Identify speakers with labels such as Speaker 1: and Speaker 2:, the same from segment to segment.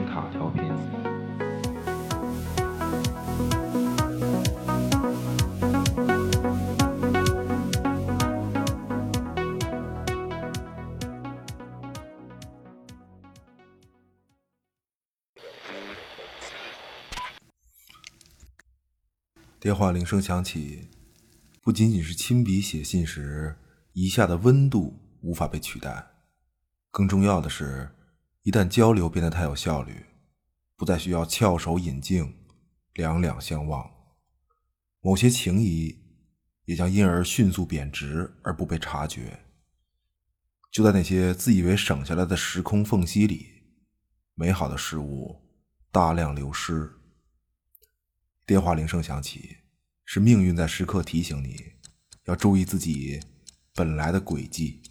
Speaker 1: opinions.
Speaker 2: “电话铃声响起，不仅仅是亲笔写信时一下的温度无法被取代，更重要的是，一旦交流变得太有效率，不再需要翘首引颈、两两相望，某些情谊也将因而迅速贬值而不被察觉。就在那些自以为省下来的时空缝隙里，美好的事物大量流失。电话铃声响起，是命运在时刻提醒你要注意自己本来的轨迹。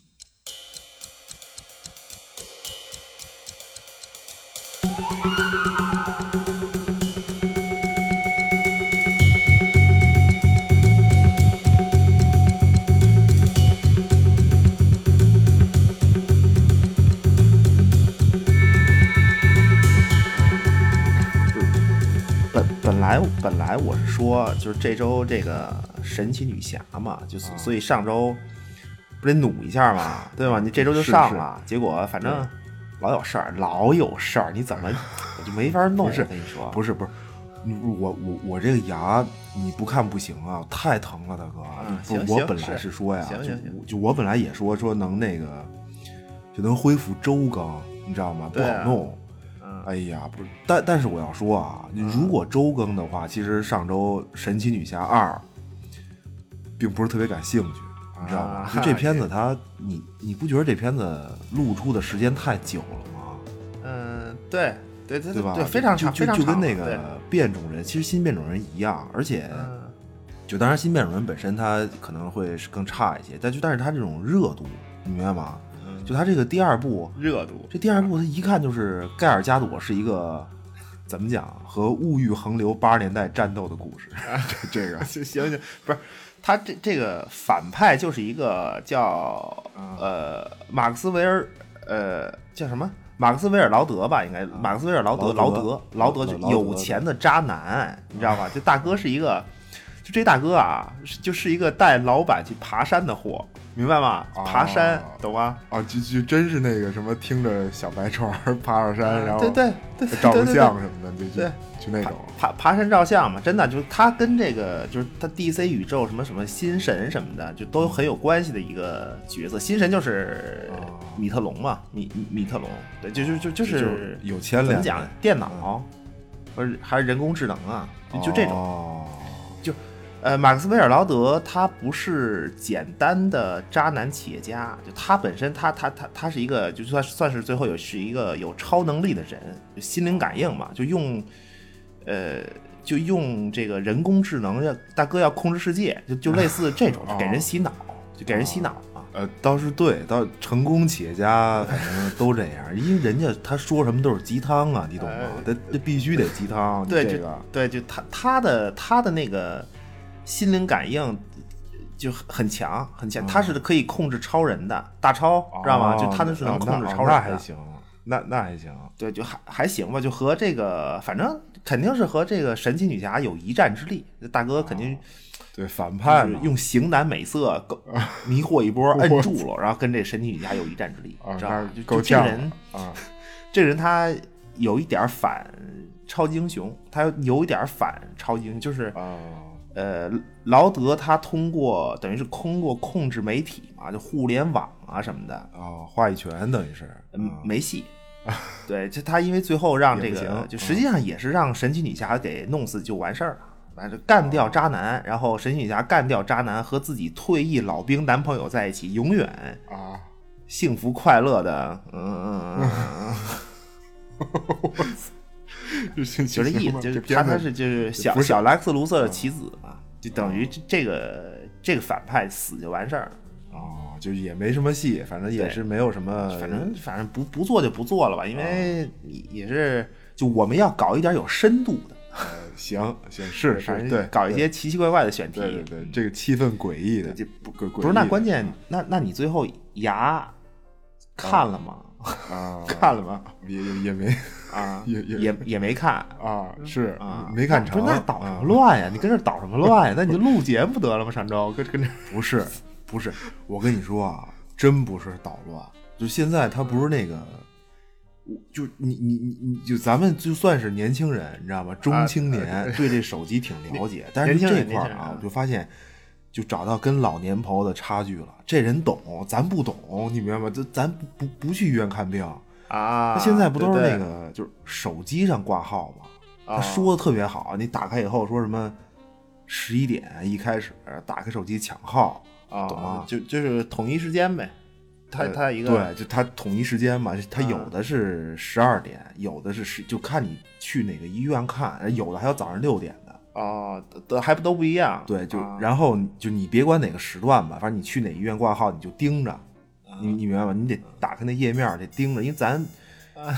Speaker 3: 本本来本来我是说，就是这周这个神奇女侠嘛，就是所以上周不得努一下嘛，对吧？你这周就是上
Speaker 2: 是
Speaker 3: 了，结果反正老有事儿，老有事儿，你 怎么我就没法弄？我
Speaker 2: 是
Speaker 3: 跟你说，
Speaker 2: 不
Speaker 3: 是
Speaker 2: 是不是，你我我我这个牙你不看不行啊，太疼了，大哥。
Speaker 3: 啊
Speaker 2: 不
Speaker 3: 行，
Speaker 2: 我
Speaker 3: 行
Speaker 2: 本来
Speaker 3: 是
Speaker 2: 是说呀，
Speaker 3: 行
Speaker 2: 就
Speaker 3: 行行
Speaker 2: 就我本来也说说能那个，就能恢复周更，你知道吗？不
Speaker 3: 对啊
Speaker 2: 好弄。
Speaker 3: 嗯
Speaker 2: 哎呀，不是，但但是我要说啊，如果周更的话，其实上周《神奇女侠二》并不是特别感兴趣，你知道吗
Speaker 3: 啊？
Speaker 2: 就这 片子它，你你不觉得这片子露出的时间太久了吗？
Speaker 3: 嗯，对对对
Speaker 2: 对吧？
Speaker 3: 对，非常
Speaker 2: 就
Speaker 3: 长，
Speaker 2: 就
Speaker 3: 非常
Speaker 2: 就跟
Speaker 3: 长
Speaker 2: 那
Speaker 3: 对
Speaker 2: 个变种人，其实新变种人一样，而且
Speaker 3: 嗯
Speaker 2: 就当然新变种人本身它可能会是更差一些，但就但是它这种热度，你明白吗？
Speaker 3: 嗯
Speaker 2: 就它这个第二部，
Speaker 3: 热度，
Speaker 2: 这第二部它一看就是盖尔加朵是一个怎么讲和物欲横流八十年代战斗的故事，这这个
Speaker 3: 行行，不是他这这个反派就是一个叫
Speaker 2: 嗯
Speaker 3: 呃马克思维尔呃叫什么马克思维尔劳德吧，应该马克思维尔劳德
Speaker 2: 嗯劳
Speaker 3: 劳
Speaker 2: 德
Speaker 3: 德
Speaker 2: 劳
Speaker 3: 劳德就
Speaker 2: 劳德
Speaker 3: 有钱的渣男，你知道吧？这大哥是一个。就这大哥啊，是就是一个带老板去爬山的货，明白吗？爬山，
Speaker 2: 哦
Speaker 3: 懂吗？
Speaker 2: 啊，就就真是那个什么，听着小白船爬上山，
Speaker 3: 对对对，对对对
Speaker 2: 什么的，就
Speaker 3: 对
Speaker 2: 就那种
Speaker 3: 爬爬山照相嘛，真的就是他跟这个就是他 DC 宇宙什么什么新神什么的，就都很有关系的一个角色。新神就是
Speaker 2: 哦
Speaker 3: 米特龙嘛，米米米特龙，对，就就就就
Speaker 2: 就是有牵
Speaker 3: 怎么
Speaker 2: 连，
Speaker 3: 讲，电脑，或者还是人工智能啊，就就这种。
Speaker 2: 哦
Speaker 3: 呃，马克思韦尔劳德他不是简单的渣男企业家，就他本身他他他他是一个就算算是最后有是一个有超能力的人，就心灵感应嘛，就用呃就用这个人工智能要大哥要控制世界，就就类似这种，
Speaker 2: 啊
Speaker 3: 就
Speaker 2: 哦
Speaker 3: 给人洗脑，就给人洗脑啊。
Speaker 2: 呃，倒是对，倒成功企业家反正都这样，因为人家他说什么都是鸡汤啊，你懂吗？这这必须得鸡汤，
Speaker 3: 对，
Speaker 2: 这
Speaker 3: 就
Speaker 2: 个
Speaker 3: 对，就他他的他的那个心灵感应就很很强很强，
Speaker 2: 嗯
Speaker 3: 他是可以控制超人的，大超知道吗？就他那是能控制超人的，
Speaker 2: 哦那还行，那那还行，
Speaker 3: 对，就还还行吧，就和这个，反正肯定是和这个神奇女侠有一战之力。这大哥肯
Speaker 4: 哦
Speaker 3: 定
Speaker 2: 对反
Speaker 3: 就
Speaker 2: 派
Speaker 3: 是
Speaker 2: 嘛，
Speaker 3: 用型男美色 勾迷惑一波，摁住了，然后跟这神奇女侠有一战之力，
Speaker 4: 啊
Speaker 3: 知道吧？
Speaker 4: 那
Speaker 3: 就
Speaker 4: 够
Speaker 3: 就这
Speaker 4: 呛
Speaker 3: 人，
Speaker 4: 啊，
Speaker 3: 这人他有一点反超级英雄，他有一点反超级英雄，就是
Speaker 2: 啊
Speaker 4: 哦，
Speaker 3: 呃，劳德他通过等于是通过控制媒体嘛，就互联网啊什么的，
Speaker 2: 啊，话语权等于是，
Speaker 3: 嗯
Speaker 2: 啊，
Speaker 3: 没 戏。对，就他因为最后让这
Speaker 2: 也不
Speaker 3: 个
Speaker 2: 行，
Speaker 4: 啊
Speaker 3: 就实际上也是让神奇女侠给弄死就完事儿了，反正干
Speaker 4: 哦
Speaker 3: 掉渣男，然后神奇女侠干掉渣男和自己退役老兵男朋友在一起，永远
Speaker 4: 啊，
Speaker 3: 幸福快乐的，嗯嗯嗯 嗯，
Speaker 4: 就行行
Speaker 3: 就这意
Speaker 4: 行
Speaker 3: 思，
Speaker 4: 吧，
Speaker 3: 就是
Speaker 4: 这
Speaker 3: 他
Speaker 4: 片
Speaker 3: 他
Speaker 4: 子
Speaker 3: 是就是小
Speaker 4: 不是啊哦
Speaker 3: 小莱克卢瑟的棋子嘛，就等于这这个这个反派死就完事儿了。
Speaker 2: 哦，就也没什么戏，反正也
Speaker 3: 对
Speaker 2: 是没有什么，
Speaker 3: 反
Speaker 4: 哎
Speaker 3: 正反正不不做就不做了吧，因
Speaker 4: 哦
Speaker 3: 为你也是就我们要搞一点有深度的，
Speaker 2: 呃行行是
Speaker 3: 反
Speaker 2: 是，
Speaker 3: 正
Speaker 2: 对，
Speaker 3: 搞一些奇奇怪怪的选题。
Speaker 2: 对对对，这个气氛诡异的，
Speaker 3: 这
Speaker 2: 诡
Speaker 3: 不是
Speaker 2: 异
Speaker 3: 那
Speaker 2: 的
Speaker 3: 关键，那那你最后牙看了吗？
Speaker 2: 啊，
Speaker 3: 看了吗？
Speaker 2: 也也没
Speaker 3: 啊，
Speaker 2: 也也
Speaker 3: 也也没看
Speaker 2: 啊，是
Speaker 3: 啊，
Speaker 2: 没看成。
Speaker 3: 不是那捣什么乱呀？你跟这捣什么乱呀？那你就录节目得了吗？上周跟跟这
Speaker 2: 不是不是，我跟你说啊，真不是捣乱，就现在他不是那个。我就你你你你就咱们就算是年轻人，你知道吗？中青年对这手机挺了解，但是
Speaker 3: 啊年轻
Speaker 2: 这
Speaker 3: 人
Speaker 2: 块儿
Speaker 3: 年轻人
Speaker 2: 啊
Speaker 3: 啊，
Speaker 2: 我就发现就找到跟老年朋友的差距了。这人懂，咱不懂，你明白吗？这咱不不不去医院看病，
Speaker 3: 啊
Speaker 2: 他现在不都是那
Speaker 3: 对
Speaker 2: 个就是手机上挂号吗？
Speaker 3: 啊
Speaker 2: 他说的特别好，你打开以后说什么十一点一开始打开手机抢号，
Speaker 3: 对啊
Speaker 2: 懂吗
Speaker 3: 就就是统一时间呗。他
Speaker 2: 呃
Speaker 3: 他一个
Speaker 2: 对，就他统一时间嘛，他
Speaker 3: 啊
Speaker 2: 有的是十二点，有的是十，就看你去哪个医院看，有的还有早上六点的。
Speaker 3: 哦，都都还不都不一样。
Speaker 2: 对，就、
Speaker 3: 啊
Speaker 2: 然后就你别管哪个时段吧，反正你去哪医院挂号，你就盯着，你你明白吗？你得打开那页面得盯着，因为咱
Speaker 3: 嗯啊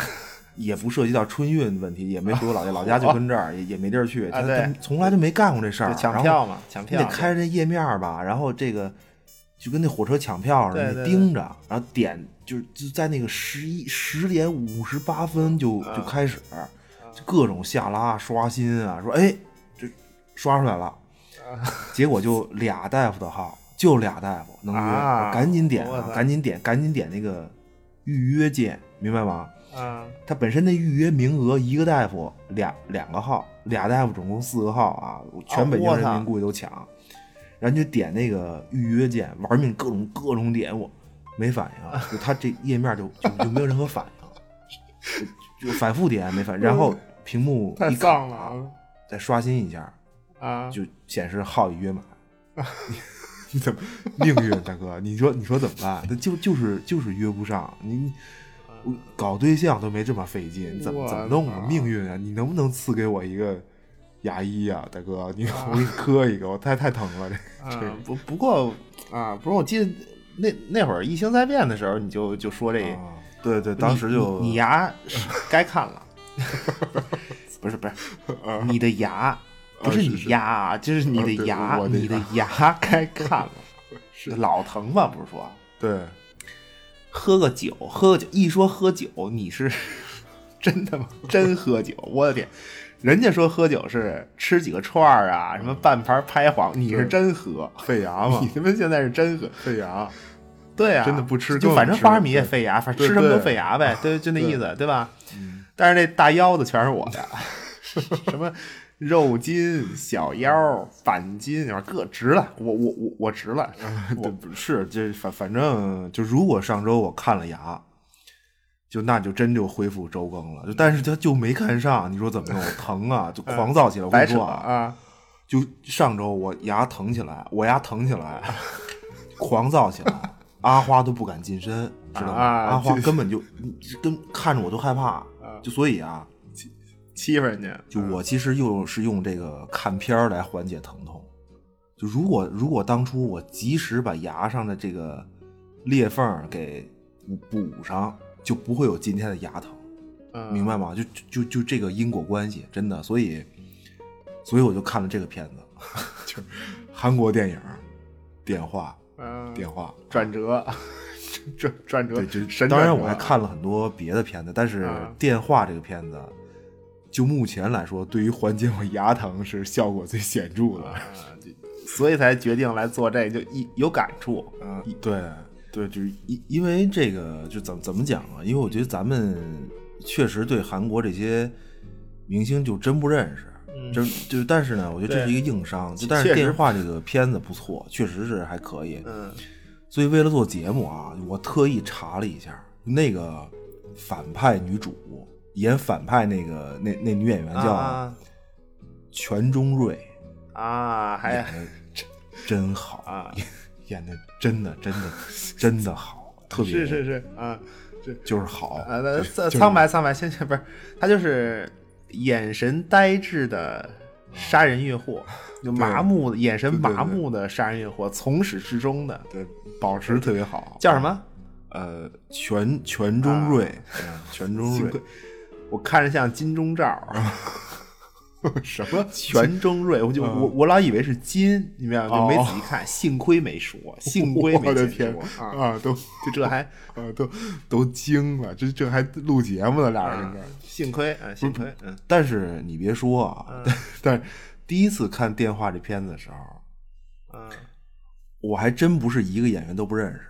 Speaker 2: 也不涉及到春运问题，也没回我老家，老家就跟这儿，也也没地儿去，
Speaker 3: 啊
Speaker 2: 他
Speaker 3: 对
Speaker 2: 他从来就没干过这事儿，
Speaker 3: 就抢
Speaker 2: 然后
Speaker 3: 票嘛，抢
Speaker 2: 你
Speaker 3: 票
Speaker 2: 得开着那页面儿吧，然后这个就跟那火车抢票似的，
Speaker 3: 对
Speaker 2: 你
Speaker 3: 对
Speaker 2: 盯着，然后点就是就在那个十一十点五十八分就
Speaker 3: 嗯
Speaker 2: 就开始，就各种下拉刷新啊，说哎这刷出来了，
Speaker 3: 嗯
Speaker 2: 结果就俩大夫的号，就俩大夫能约，
Speaker 3: 啊
Speaker 2: 赶紧点
Speaker 3: 我
Speaker 2: 啊，
Speaker 3: 操
Speaker 2: 赶紧点，赶紧点那个预约键，明白吗？
Speaker 3: 啊
Speaker 2: 他本身那预约名额一个大夫俩两个号，俩大夫总共四个号啊，全北京人民估计都抢，然后就点那个预约键，玩命各种各种点，我没反 应，就他这页面就就就没有任何反应，就就反复点没反应，然后屏幕
Speaker 3: 太
Speaker 2: 一卡
Speaker 3: 丧了啊
Speaker 2: 再刷新一下
Speaker 3: 啊！
Speaker 2: 就显示号已约 满，你怎么命运大哥？你说你说怎么办？那就就是就是约不上你。我搞对象都没这么费劲，你怎么
Speaker 3: 嗯我
Speaker 2: 怎么弄啊？
Speaker 3: 操
Speaker 2: 命运啊！你能不能赐给我一个牙医啊，大哥？你我给你磕一个，我太太疼了 这。
Speaker 3: 啊，不不过啊，不过我记得那那会儿疫情在变的时候，你就就说这，
Speaker 2: 啊对对，
Speaker 3: 哎你
Speaker 2: 当时就
Speaker 3: 你你牙 是该看了， 不是不是，你的牙不是
Speaker 2: 嗯是
Speaker 3: 你
Speaker 2: 是
Speaker 3: 牙啊，就是你
Speaker 2: 啊对
Speaker 3: 的牙，
Speaker 2: 我的
Speaker 3: 你的牙该看 了，老疼吧？不是说
Speaker 2: 对
Speaker 3: 喝个酒，喝个酒，一说喝酒，你是 真的吗？真喝酒，我的天！人家说喝酒是吃几个串儿啊，什
Speaker 2: 嗯
Speaker 3: 么半盘拍黄，你是真喝，
Speaker 2: 费牙嘛
Speaker 3: 你，他妈现在是真喝，
Speaker 2: 费 牙。
Speaker 3: 对啊，
Speaker 2: 啊真的不吃
Speaker 3: 就
Speaker 2: 更
Speaker 3: 反正
Speaker 2: 吃
Speaker 3: 八十米也费牙，反正
Speaker 2: 对
Speaker 3: 吃什么都
Speaker 2: 对嗯
Speaker 3: 费牙呗，对，就那意思，对吧？但是那大腰子全是我的， 什么肉筋、小腰、板筋，各值了，我我我我值了，
Speaker 2: 我不是这反反正就如果上周我看了牙，就那就真就恢复周更了，就但是他就没看上，你说怎么弄？我疼啊，就狂躁起来。我跟
Speaker 3: 白
Speaker 2: 你
Speaker 3: 扯
Speaker 2: 说啊，
Speaker 3: 啊！
Speaker 2: 就上周我牙疼起来，我牙疼起来， 狂躁起来，阿花都不敢近身，知道吗？
Speaker 3: 啊
Speaker 2: 阿花根本就跟看着我都害怕，就所以啊，
Speaker 3: 欺负人家，
Speaker 2: 就我其实又是用这个看片儿来缓解疼痛。就如果如果当初我及时把牙上的这个裂缝儿给补补上，就不会有今天的牙疼。
Speaker 3: 嗯
Speaker 2: 明白吗？就就就这个因果关系，真的，所以，所以我就看了这个片子， 就是韩国电影《电话》，
Speaker 3: 嗯
Speaker 2: 电话。
Speaker 3: 转折，转转折
Speaker 2: 对，就，
Speaker 3: 神转折啊
Speaker 2: 当然我还看了很多别的片子，但是
Speaker 3: 嗯
Speaker 2: 《电话》这个片子，就目前来说，对于缓解我牙疼是效果最显著的。
Speaker 3: 啊，就所以才决定来做这个，就一有感触，
Speaker 2: 嗯，对对，就是因因为这个就怎么怎么讲啊？因为我觉得咱们确实对韩国这些明星就真不认识，
Speaker 3: 嗯
Speaker 2: 真就但是呢，我觉得这是
Speaker 3: 对
Speaker 2: 一个硬伤。就但是
Speaker 3: 确实
Speaker 2: 电话这个片子不错，确实是还可以。
Speaker 3: 嗯
Speaker 2: 所以为了做节目啊，我特意查了一下那个反派女主。演反派那个那那女演员叫
Speaker 3: 啊
Speaker 2: 全钟瑞，
Speaker 3: 啊，还
Speaker 2: 演的真真好
Speaker 3: 啊，
Speaker 2: 演的真的真 的真的好，特别
Speaker 3: 是是是啊，是
Speaker 2: 就是好
Speaker 3: 啊，那苍
Speaker 2: 就是
Speaker 3: 苍白苍白，先先不是，他就是眼神呆滞的杀人越货，就麻木的眼神
Speaker 2: 哦对对对
Speaker 3: 麻木的杀人越货，从始至终的
Speaker 2: 对，呃保持特别好。
Speaker 3: 叫什么？
Speaker 2: 呃，全全
Speaker 3: 啊
Speaker 2: 钟瑞，嗯全钟
Speaker 3: 幸
Speaker 2: 瑞啊
Speaker 3: 亏，我看着像金钟罩， 什么全争瑞？我就
Speaker 2: 嗯
Speaker 3: 我我老以为是金，你明白吗？就没仔细看，幸亏 没说，幸亏没
Speaker 2: 哦我的
Speaker 3: 解
Speaker 2: 天
Speaker 3: 说啊！
Speaker 2: 啊，都
Speaker 3: 就这还
Speaker 2: 啊都都惊了，这这还录节目呢，俩人
Speaker 3: 啊
Speaker 2: 在这儿。
Speaker 3: 幸亏啊，幸亏嗯，
Speaker 1: 但是你别说啊，但但是第一次看电话这片子的时候，
Speaker 3: 嗯
Speaker 1: 我还真不是一个演员都不认识，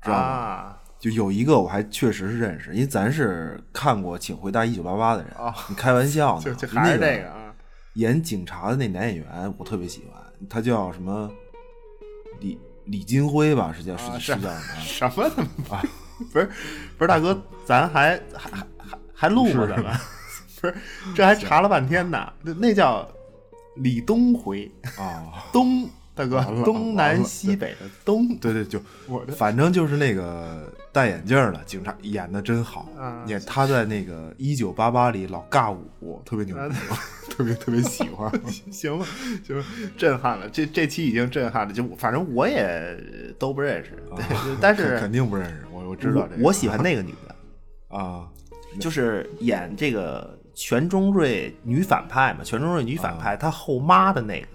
Speaker 1: 知道吗？
Speaker 3: 啊
Speaker 1: 就有一个我还确实是认识，因为咱是看过《请回答一九八八》的人。
Speaker 3: 哦
Speaker 1: 你开玩笑呢？
Speaker 2: 就就还是
Speaker 1: 那
Speaker 2: 这个啊，
Speaker 1: 演警察的那男演员，我特别喜欢，他叫什么李李金辉吧？是叫、
Speaker 2: 啊
Speaker 1: 是
Speaker 2: 是
Speaker 1: 是叫什么？
Speaker 2: 什么他妈
Speaker 3: 不是不是，大哥，咱还还还还还录过咱们，不是这还查了半天呢，那那叫李东回
Speaker 1: 啊，
Speaker 3: 东大哥
Speaker 2: 完了，
Speaker 3: 东
Speaker 2: 完
Speaker 3: 南
Speaker 2: 了
Speaker 3: 西北的东
Speaker 1: 对对，就
Speaker 2: 我的
Speaker 1: 反正就是那个戴眼镜儿的警察演的真好
Speaker 3: 啊，
Speaker 1: 演、他在那个《一九八八》里老尬舞，特别牛逼。
Speaker 2: 特别特别喜欢。
Speaker 3: 行吧，行吧，震撼了，这这期已经震撼了，就反正我也都不认识，对，但
Speaker 1: 啊肯
Speaker 3: 是
Speaker 1: 肯定不认识，我我知道
Speaker 3: 我
Speaker 1: 这个。
Speaker 3: 我喜欢那个女 的，
Speaker 1: 啊，
Speaker 3: 就是演这个全中瑞女反派嘛，全中瑞女反派她后妈的那个，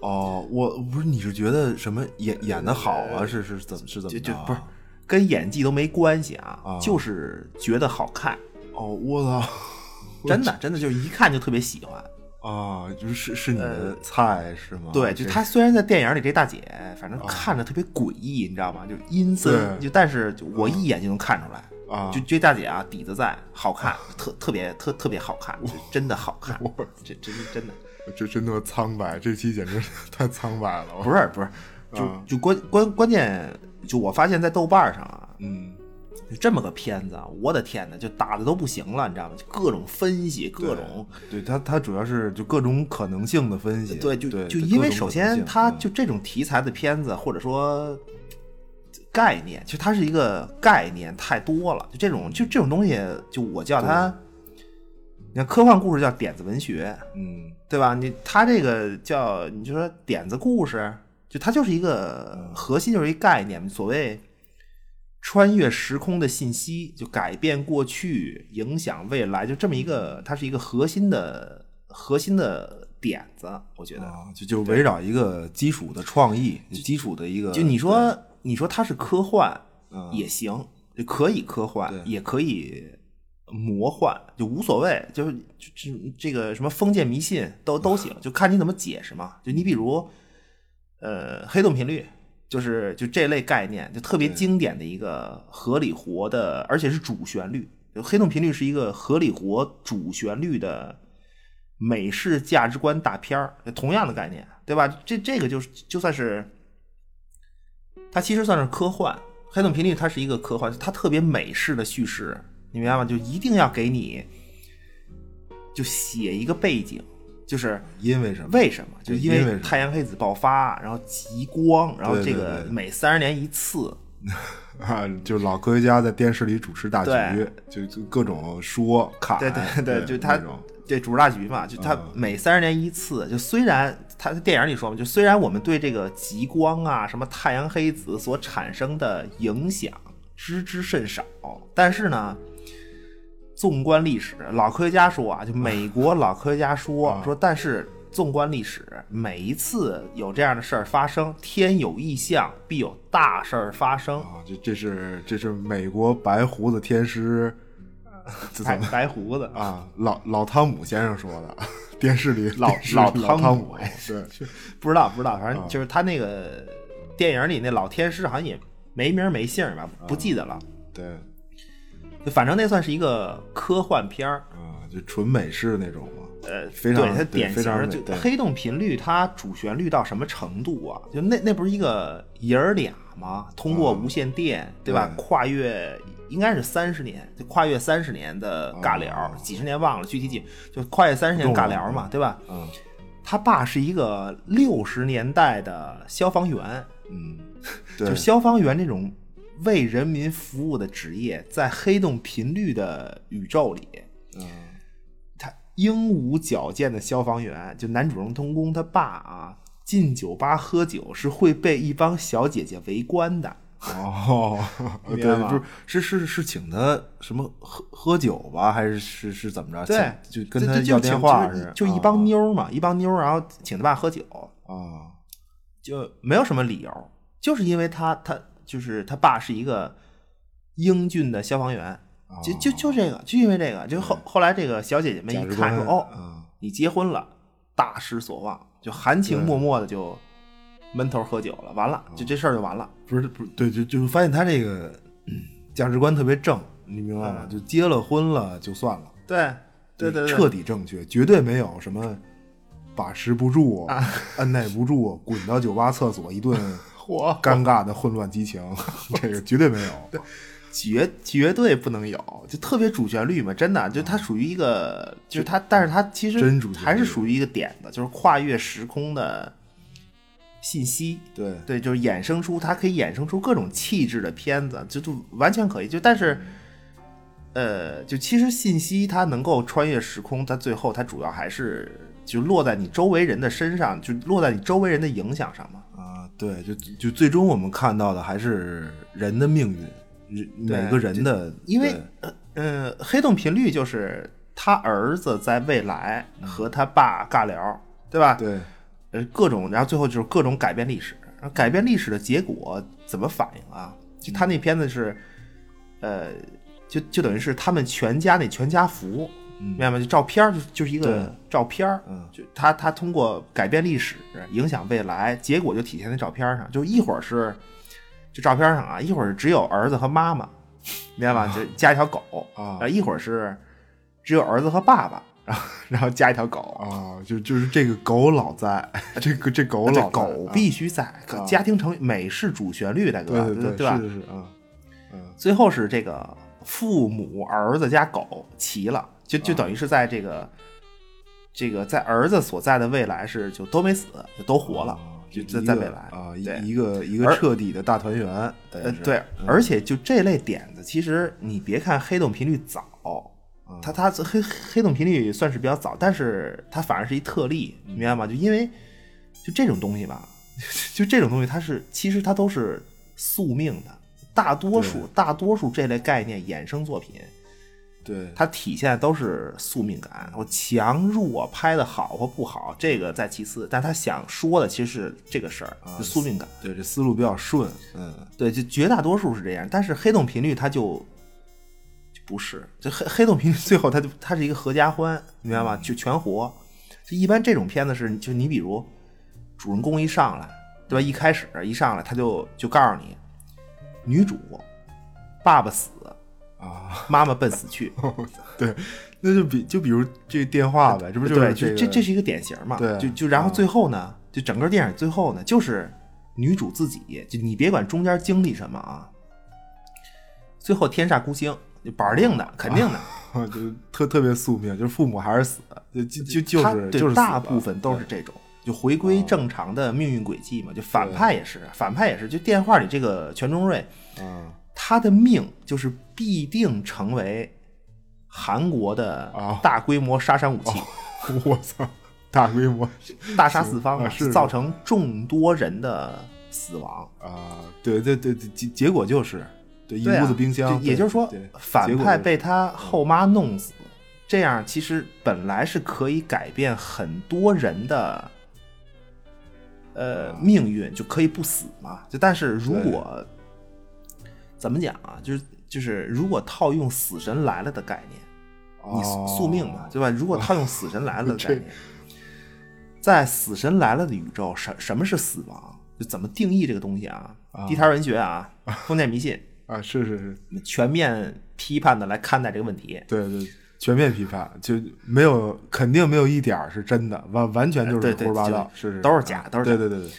Speaker 1: 哦，我不是你是觉得什么演演的好啊？是是怎么是怎
Speaker 3: 就
Speaker 1: 么
Speaker 3: 就
Speaker 1: 着啊
Speaker 3: 不是跟演技都没关系啊
Speaker 1: 啊，
Speaker 3: 就是觉得好看，
Speaker 1: 哦，我操！
Speaker 3: 真的真的就是一看就特别喜欢。
Speaker 1: 啊，就是是你的菜是吗？
Speaker 3: 对，就
Speaker 1: 这啊
Speaker 3: 她虽然在电影里这大姐，反正看着特别诡异，你知道吗？就是阴森，
Speaker 2: 对
Speaker 3: 就但是就我一眼就能看出来。
Speaker 2: 啊
Speaker 3: 就这大姐啊，底子在，好看，特特别特特别好看，就真的 好看，这这是真的，
Speaker 1: 啊
Speaker 2: 这真他妈苍白，这期 简直太苍白了。
Speaker 3: 不是不是，就
Speaker 2: 啊
Speaker 3: 就关关关键，就我发现在豆瓣上啊，
Speaker 1: 嗯，
Speaker 3: 就这么个片子啊，我的天哪，就打的都不行了，你知道吗？就各种分析，各种
Speaker 1: 对他他主要是就各种可能性的分析，
Speaker 3: 对，
Speaker 1: 对，
Speaker 3: 就就
Speaker 1: 对
Speaker 3: 因为
Speaker 1: 各种
Speaker 3: 首
Speaker 1: 可能
Speaker 3: 先
Speaker 1: 性
Speaker 3: 它
Speaker 1: 嗯
Speaker 3: 就这种题材的片子，或者说概念，其实它是一个概念太多了。就这种就这种东西，就我叫它，你看科幻故事叫点子文学，
Speaker 1: 嗯
Speaker 3: 对吧？你它这个叫你就说点子故事，就它就是一个核心就是一概念，所谓穿越时空的信息，就改变过去，影响未来，就这么一个，它是一个核心的核心的点子，我觉得。
Speaker 2: 哦
Speaker 1: 啊，就就围绕一个基础的创意，就基础的一个，
Speaker 3: 就你说你说它是科幻
Speaker 1: 嗯
Speaker 3: 也行，就可以科幻
Speaker 1: 对，
Speaker 3: 也可以魔幻，就无所谓，就是就这这个什么封建迷信 都都行，就看你怎么解释嘛。就你比如，呃，黑洞频率。就是就这类概念，就特别经典的一个合理活的，而且是主旋律。就黑洞频率是一个合理活主旋律的美式价值观大片儿，同样的概念，对吧？这这个就是就算是它其实算是科幻，《黑洞频率》它是一个科幻，它特别美式的叙事，你明白吗？就一定要给你就写一个背景，就是
Speaker 1: 因为什么？
Speaker 3: 为什么？就
Speaker 1: 对
Speaker 3: 因
Speaker 1: 因为
Speaker 3: 为
Speaker 1: 什么
Speaker 3: 太阳黑子爆发，然后极光，然后
Speaker 1: 对
Speaker 3: 这
Speaker 1: 对
Speaker 3: 个
Speaker 1: 对
Speaker 3: 每三十年一次，
Speaker 2: 啊，就老科学家在电视里主持大局
Speaker 3: 对，
Speaker 2: 就就各种说侃，
Speaker 3: 对对对，就
Speaker 2: 那
Speaker 3: 他
Speaker 2: 种嗯
Speaker 3: 对主大局嘛，就他每三十年一次，就虽然他在电影里说嘛，就虽然我们对这个极光啊、什么太阳黑子所产生的影响知之甚少，但是呢。纵观历史，老科学家说啊，就 美国老科学家说、
Speaker 2: 啊
Speaker 3: 说，但是纵观历史，每一次有这样的事儿发生，天有异象，必有大事儿发生。
Speaker 2: 啊，这这是这是美国白胡子天师
Speaker 3: 白白胡子
Speaker 2: 啊，老老汤姆先生说的，电视里
Speaker 3: 老
Speaker 2: 电视里
Speaker 3: 老
Speaker 2: 老
Speaker 3: 汤姆哎
Speaker 2: 姆，对，
Speaker 3: 不知道，不知道，
Speaker 2: 啊
Speaker 3: 反正就是他那个电影里那老天师好像也没名儿没姓儿吧，
Speaker 2: 啊
Speaker 3: 不记得了。
Speaker 2: 对
Speaker 3: 就反正那算是一个科幻片儿，
Speaker 2: 啊，就纯美式那种嘛，
Speaker 3: 呃，
Speaker 2: 非常
Speaker 3: 对它
Speaker 2: 对
Speaker 3: 典
Speaker 2: 非
Speaker 3: 型
Speaker 2: 常
Speaker 3: 儿
Speaker 2: 美
Speaker 3: 就
Speaker 2: 对
Speaker 3: 黑洞频率，它主旋律到什么程度啊？就那那不是一个爷儿俩吗？通过无线电，对吧？
Speaker 2: 对
Speaker 3: 跨越应该是三十年，就跨越三十年的尬聊，几十年忘了具体几，就跨越三十年
Speaker 2: 哦不
Speaker 3: 尬
Speaker 2: 重
Speaker 3: 聊
Speaker 2: 要
Speaker 3: 嘛，对吧？
Speaker 1: 嗯
Speaker 3: 他爸是一个六十年代的消防员，
Speaker 1: 嗯，
Speaker 3: 就
Speaker 1: 对，
Speaker 3: 消防员这种为人民服务的职业，在黑洞频率的宇宙里，
Speaker 1: 嗯
Speaker 3: 他英武矫健的消防员，就男主人公公他爸啊，进酒吧喝酒是会被一帮小姐姐围观的。
Speaker 2: 哦，
Speaker 3: 你
Speaker 2: 对
Speaker 3: 明白，吗
Speaker 2: 不是是是是请他什么喝喝酒吧，还是是是怎么着？
Speaker 3: 对，
Speaker 2: 请就跟
Speaker 3: 这
Speaker 2: 他
Speaker 3: 这
Speaker 2: 要
Speaker 3: 就
Speaker 2: 电
Speaker 3: 请
Speaker 2: 话，
Speaker 3: 就是
Speaker 2: 哦
Speaker 3: 就一帮妞儿嘛，一帮妞儿，然后请他爸喝酒，
Speaker 2: 啊啊
Speaker 3: 就没有什么理由，就是因为他他就是他爸是一个英俊的消防员，
Speaker 2: 啊
Speaker 3: 就就就这个，就因为这个，就后后来这个小姐姐们
Speaker 2: 价值
Speaker 3: 一
Speaker 2: 观
Speaker 3: 看说哦，
Speaker 2: 啊
Speaker 3: 你结婚了，大失所望，就含情脉脉的就闷头喝酒了，完了，
Speaker 2: 哦
Speaker 3: 就这事儿就完了。
Speaker 2: 不是不是对，就就发现他这个嗯价值观特别正，你明白吗？就结了婚了就算了，
Speaker 3: 对嗯对对对，
Speaker 2: 彻底正确，绝对没有什么把持不住、
Speaker 3: 啊
Speaker 2: 按耐不住，滚到酒吧厕所一顿
Speaker 3: 嚯，
Speaker 2: 尴尬的混乱激 情，这个绝对没有。
Speaker 3: 绝绝对不能有，就特别主旋律嘛，真的，就它属于一个，就是它，但是它其实
Speaker 2: 嗯真主旋律
Speaker 3: 还是属于一个点的，就是跨越时空的信息，
Speaker 2: 对，
Speaker 3: 对，就是衍生出它可以衍生出各种气质的片子，就就完全可以，就但是，呃，就其实信息它能够穿越时空，它最后它主要还是就落在你周围人的身上，就落在你周围人的影响上嘛，
Speaker 2: 啊，对，就就最终我们看到的还是人的命运，人
Speaker 3: 对
Speaker 2: 每个人的，
Speaker 3: 因为
Speaker 2: 对
Speaker 3: 嗯，黑洞频率就是他儿子在未来和他爸尬聊，对吧？
Speaker 2: 对
Speaker 3: 呃，各种，然后最后就是各种改变历史，然后改变历史的结果怎么反应啊？就他那片子是，呃，就就等于是他们全家那全家福，明白吗？就照片儿，就就是一
Speaker 2: 嗯对
Speaker 3: 个照片儿，
Speaker 2: 嗯
Speaker 3: 就他他通过改变历史影响未来，结果就体现在照片儿上，就一会儿是就照片儿上啊，一会儿只有儿子和妈妈，明白吗？就加一条狗，
Speaker 2: 啊
Speaker 3: 然后一会儿是只有儿子和爸爸，然后然后加一条狗，
Speaker 2: 啊，就就是这个狗老在，这个这狗
Speaker 3: 这
Speaker 2: 老在
Speaker 3: 狗
Speaker 2: 啊
Speaker 3: 必须在，可
Speaker 2: 啊
Speaker 3: 家庭成员美式主旋律，大哥，
Speaker 2: 对
Speaker 3: 对
Speaker 2: 对
Speaker 3: 吧
Speaker 2: 是？是是啊，嗯
Speaker 3: 最后是这个父母、儿子加狗齐了，就
Speaker 2: 啊
Speaker 3: 就等于是在这个、这个在儿子所在的未来是就都没死，就都活了，
Speaker 2: 啊
Speaker 3: 就
Speaker 2: 一
Speaker 3: 在
Speaker 2: 个
Speaker 3: 在未来
Speaker 2: 啊，
Speaker 3: 对
Speaker 2: 一一个一个
Speaker 3: 而
Speaker 2: 彻底的大团圆，对
Speaker 3: 呃，
Speaker 2: 是嗯
Speaker 3: 对，而且就这类点子，其实你别看黑洞频率早，它它黑黑洞频率算是比较早，但是它反而是一特例，你明白吗？就因为就这种东西吧，就这种东西它是其实它都是宿命的，大多数大多数这类概念衍生作品，
Speaker 2: 对
Speaker 3: 它体现的都是宿命感。我强弱我拍的好或不好，这个在其次，但他想说的其实是这个事儿，就宿命感。
Speaker 2: 对，这思路比较顺，嗯，
Speaker 3: 对，就绝大多数是这样，但是黑洞频率它就就不是，这黑黑洞频率最后它就它是一个合家欢，你明白吗？就全活。就一般这种片子是，就你比如主人公一上来，对吧？一开始一上来他就就告诉你，女主爸爸死
Speaker 2: 啊，
Speaker 3: 妈妈奔死去，
Speaker 2: 对，那就比就比如这电话呗，这不就是
Speaker 3: 对，就
Speaker 2: 呃这
Speaker 3: 这这是一个典型嘛？
Speaker 2: 对嗯
Speaker 3: 就就然后最后呢，就整个电影最后呢，就是女主自己，就你别管中间经历什么啊，最后天煞孤星，就板儿定的，肯定的，
Speaker 2: 个 就特特别宿命，就是父母还是死，就就就就
Speaker 3: 它
Speaker 2: 是
Speaker 3: 对
Speaker 2: 就是
Speaker 3: 大
Speaker 2: 死了哦
Speaker 3: 部分都是这种，就回归正常的命运轨迹嘛。就反派也是，反派也是，就电话里这个全中瑞，
Speaker 2: 啊
Speaker 3: 他的命就是必定成为韩国的
Speaker 2: 啊
Speaker 3: 大规模杀伤武
Speaker 2: 哦
Speaker 3: 器。
Speaker 2: 我操，大规模
Speaker 3: 大杀四方嘛
Speaker 2: 啊是是
Speaker 3: 造成众多人的死亡。
Speaker 2: 啊！对对对，对结结果就是对一
Speaker 3: 对啊
Speaker 2: 屋子冰箱，
Speaker 3: 就也就是说
Speaker 2: 对对，
Speaker 3: 反
Speaker 2: 结果
Speaker 3: 派
Speaker 2: 就是嗯
Speaker 3: 被他后妈弄死，这样其实本来是可以改变很多人的呃
Speaker 2: 啊
Speaker 3: 命运，就可以不死嘛。就但是如果怎么讲啊，就是就是如果套用《死神来了》的概念，
Speaker 2: 哦
Speaker 3: 你宿宿命嘛，对吧？如果套用死神来了的概念，在死神来了的宇宙，什什么是死亡？就怎么定义这个东西啊？地摊文学啊，封建迷信，
Speaker 2: 啊，是是是，
Speaker 3: 全面批判的来看待这个问题。
Speaker 2: 对对，全面批判，就没有肯定没有一点儿是真的，完完全就是
Speaker 3: 对
Speaker 2: 胡
Speaker 3: 对
Speaker 2: 说八
Speaker 3: 就
Speaker 2: 道，是是
Speaker 3: 都是假都是
Speaker 2: 对
Speaker 3: 假
Speaker 2: 对对对，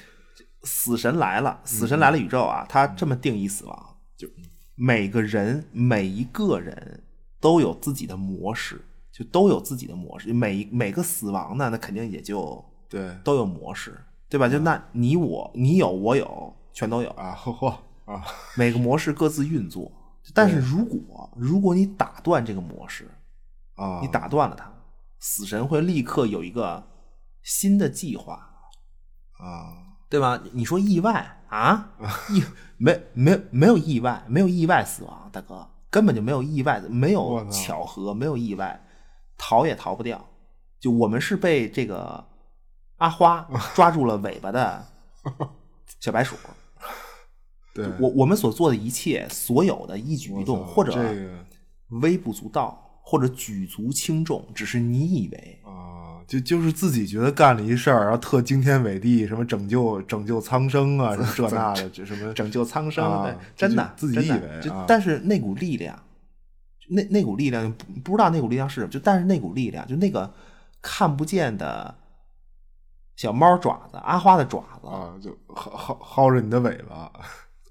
Speaker 3: 死神来了，死神来了宇宙啊，它这么定义死亡，就每个人每一个人都有自己的模式，就都有自己的模式。每每个死亡呢，那肯定也就
Speaker 2: 对
Speaker 3: 都有模式，对吧？就那你我你有我有全都有，
Speaker 2: 啊，嚯嚯啊，
Speaker 3: 每个模式各自运作。但是如果如果你打断这个模式，
Speaker 2: 啊，
Speaker 3: 你打断了它，死神会立刻有一个新的计划，
Speaker 2: 啊，
Speaker 3: 对吧？你说意外 啊？意没没没有意外，没有意外死亡，大哥根本就没有意外，没
Speaker 2: 我
Speaker 3: 有
Speaker 2: 操
Speaker 3: 巧合，没有意外，逃也逃不掉。就我们是被这个阿 花抓住了尾巴的小白鼠，
Speaker 2: 对，
Speaker 3: 我我们所做的一切，所有的一举
Speaker 2: 我
Speaker 3: 一动，
Speaker 2: 操
Speaker 3: 或者
Speaker 2: 这个
Speaker 3: 微不足道，或者举足轻重，只是你以为
Speaker 2: 啊，就就是自己觉得干了一事儿，然后特惊天伟地，什么拯救拯救苍生啊，什么这那的，这什么
Speaker 3: 拯救苍生，
Speaker 2: 啊
Speaker 3: 对
Speaker 2: 这
Speaker 3: 真
Speaker 2: 就
Speaker 3: 的
Speaker 2: 自己
Speaker 3: 真的
Speaker 2: 以为
Speaker 3: 就
Speaker 2: 啊
Speaker 3: 但是那股力量，那那股力量不不知道那股力量是什么，就但是那股力量，就那个看不见的小猫爪子，阿花的爪子，
Speaker 2: 啊，就薅薅薅着你的尾巴，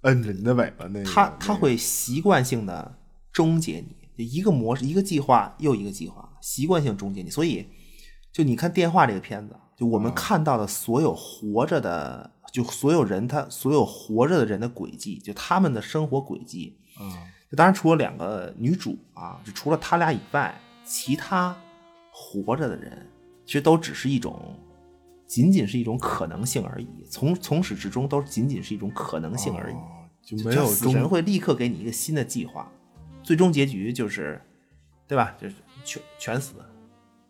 Speaker 2: 摁着你的尾巴那个，
Speaker 3: 它
Speaker 2: 那
Speaker 3: 它
Speaker 2: 个
Speaker 3: 会习惯性的终结你，就一个模式、一个计划又一个计划，习惯性终结你。所以，就你看电话这个片子，就我们看到的所有活着的，就所有人他所有活着的人的轨迹，就他们的生活轨迹。
Speaker 2: 啊
Speaker 3: 就当然除了两个女主啊，就除了他俩以外，其他活着的人其实都只是一种。仅仅是一种可能性而已，从从始至终都仅仅是一种可能性而已。
Speaker 2: 哦就
Speaker 3: 就
Speaker 2: 没
Speaker 3: 他
Speaker 2: 有
Speaker 3: 死
Speaker 2: 中
Speaker 3: 神会立刻给你一个新的计划，最终结局就是，对吧？就是全全死，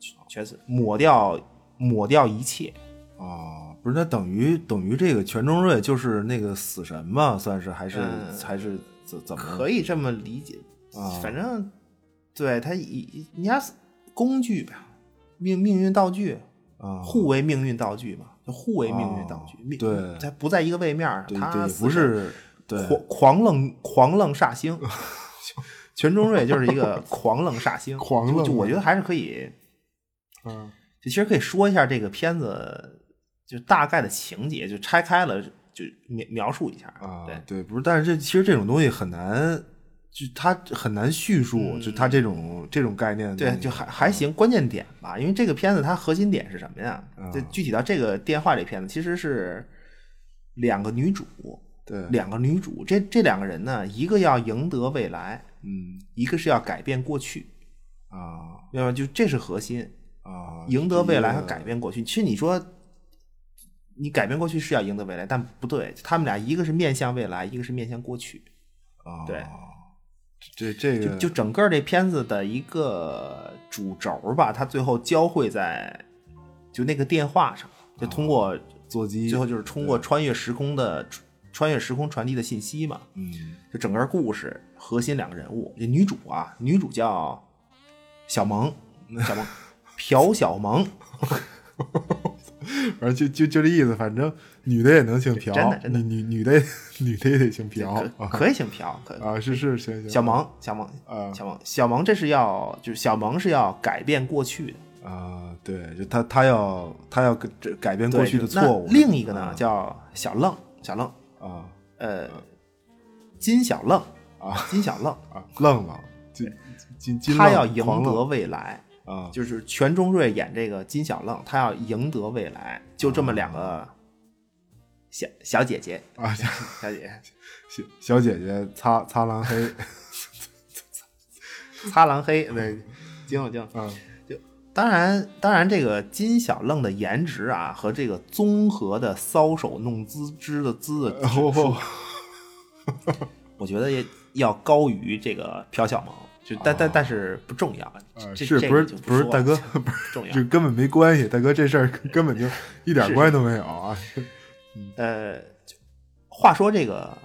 Speaker 3: 全全死，抹掉抹掉一切。
Speaker 1: 哦，不是，那等于等于这个全中瑞就是那个死神嘛，算是还是、
Speaker 3: 嗯
Speaker 1: 还是怎怎么
Speaker 3: 可以这么理解，
Speaker 1: 啊
Speaker 3: 反正对他以你要是工具吧，命命运道具，
Speaker 1: 啊？
Speaker 3: 互为命运道具嘛，就互为命运道具，
Speaker 1: 哦
Speaker 3: 命
Speaker 1: 对
Speaker 3: 它不在一个位面上，
Speaker 1: 对
Speaker 3: 他
Speaker 1: 对，
Speaker 3: 死
Speaker 1: 不
Speaker 3: 神
Speaker 1: 是对
Speaker 3: 狂狂愣狂愣煞 星，全中瑞就是一个 狂愣煞星，
Speaker 2: 狂愣
Speaker 3: 就就我觉得还是可以，
Speaker 2: 啊
Speaker 3: 就其实可以说一下这个片子就大概的情节，就拆开了就描描述一下
Speaker 2: 啊
Speaker 3: 对，
Speaker 1: 对，不是，但是这其实这种东西很难，就它很难叙述，就它这种这种概念的东
Speaker 3: 嗯对，
Speaker 1: 西，
Speaker 3: 就还还行，关键点吧，因为这个片子它核心点是什么呀？
Speaker 2: 啊
Speaker 3: 就具体到这个电话这片子，其实是两个女主，
Speaker 2: 对
Speaker 3: 两个女主，这这两个人呢，一个要赢得未来，
Speaker 1: 嗯
Speaker 3: 一个是要改变过去，
Speaker 1: 啊
Speaker 3: 明白吗？就这是核心，
Speaker 1: 啊，
Speaker 3: 赢得未来和
Speaker 1: 这个
Speaker 3: 改变过去。其实你说，你改变过去是要赢得未来，但不对，他们俩一个是面向未来，一个是面向过去。
Speaker 1: 啊，
Speaker 3: 对，
Speaker 2: 这这
Speaker 3: 就
Speaker 2: 个
Speaker 3: 就整个这片子的一个主轴吧，它最后交汇在就那个电话上，就通过
Speaker 1: 座机
Speaker 3: 最后就是通过穿越时空的穿越时空传递的信息嘛，
Speaker 1: 嗯
Speaker 3: 就整个故事核心两个人物，这女主啊，女主叫小萌，小萌，朴小萌，
Speaker 2: 反正就就就这意思，反正女的也能姓朴
Speaker 3: 真的，真的
Speaker 2: 女女女的女的也 得姓朴
Speaker 3: 可
Speaker 2: 啊
Speaker 3: 可以姓朴，可
Speaker 2: 啊，是是行行，
Speaker 3: 小萌，小萌，
Speaker 2: 啊
Speaker 3: 小萌，小萌，这是要就是小萌是要改变过去的。
Speaker 1: 啊，对，就他他要他要跟这改变过
Speaker 3: 对
Speaker 1: 去的
Speaker 3: 就那
Speaker 1: 错误，
Speaker 3: 另一个呢叫小愣，小愣，
Speaker 2: 啊
Speaker 3: 呃，金小愣
Speaker 2: 啊，
Speaker 3: 金小愣，
Speaker 2: 啊，愣了，金金 金
Speaker 3: 他
Speaker 2: 愣
Speaker 3: 要赢
Speaker 2: 狂愣
Speaker 3: 得未来，
Speaker 2: 啊
Speaker 3: 就是全中瑞演这个金小愣，他要赢得未来，就这么两个小小姐姐，
Speaker 2: 啊，小
Speaker 3: 小姐姐，
Speaker 2: 小小姐姐擦擦狼黑
Speaker 3: 擦狼黑， 对，惊了惊了。
Speaker 2: 啊
Speaker 3: 当然，当然，这个金小愣的颜值啊，和这个综合的搔首弄姿之的姿的指数，
Speaker 2: 哦
Speaker 3: 我觉得也要高于这个朴小萌。就但但但是不重要，
Speaker 2: 啊
Speaker 3: 这
Speaker 2: 是
Speaker 3: 这
Speaker 2: 不
Speaker 3: 个
Speaker 2: 是
Speaker 3: 就
Speaker 2: 不是
Speaker 3: 说
Speaker 2: 大
Speaker 3: 了
Speaker 2: 哥
Speaker 3: 这不是重要
Speaker 2: 这，根本没关系，大哥这事儿根本就一点关系都没有啊
Speaker 3: 呃，就话说这个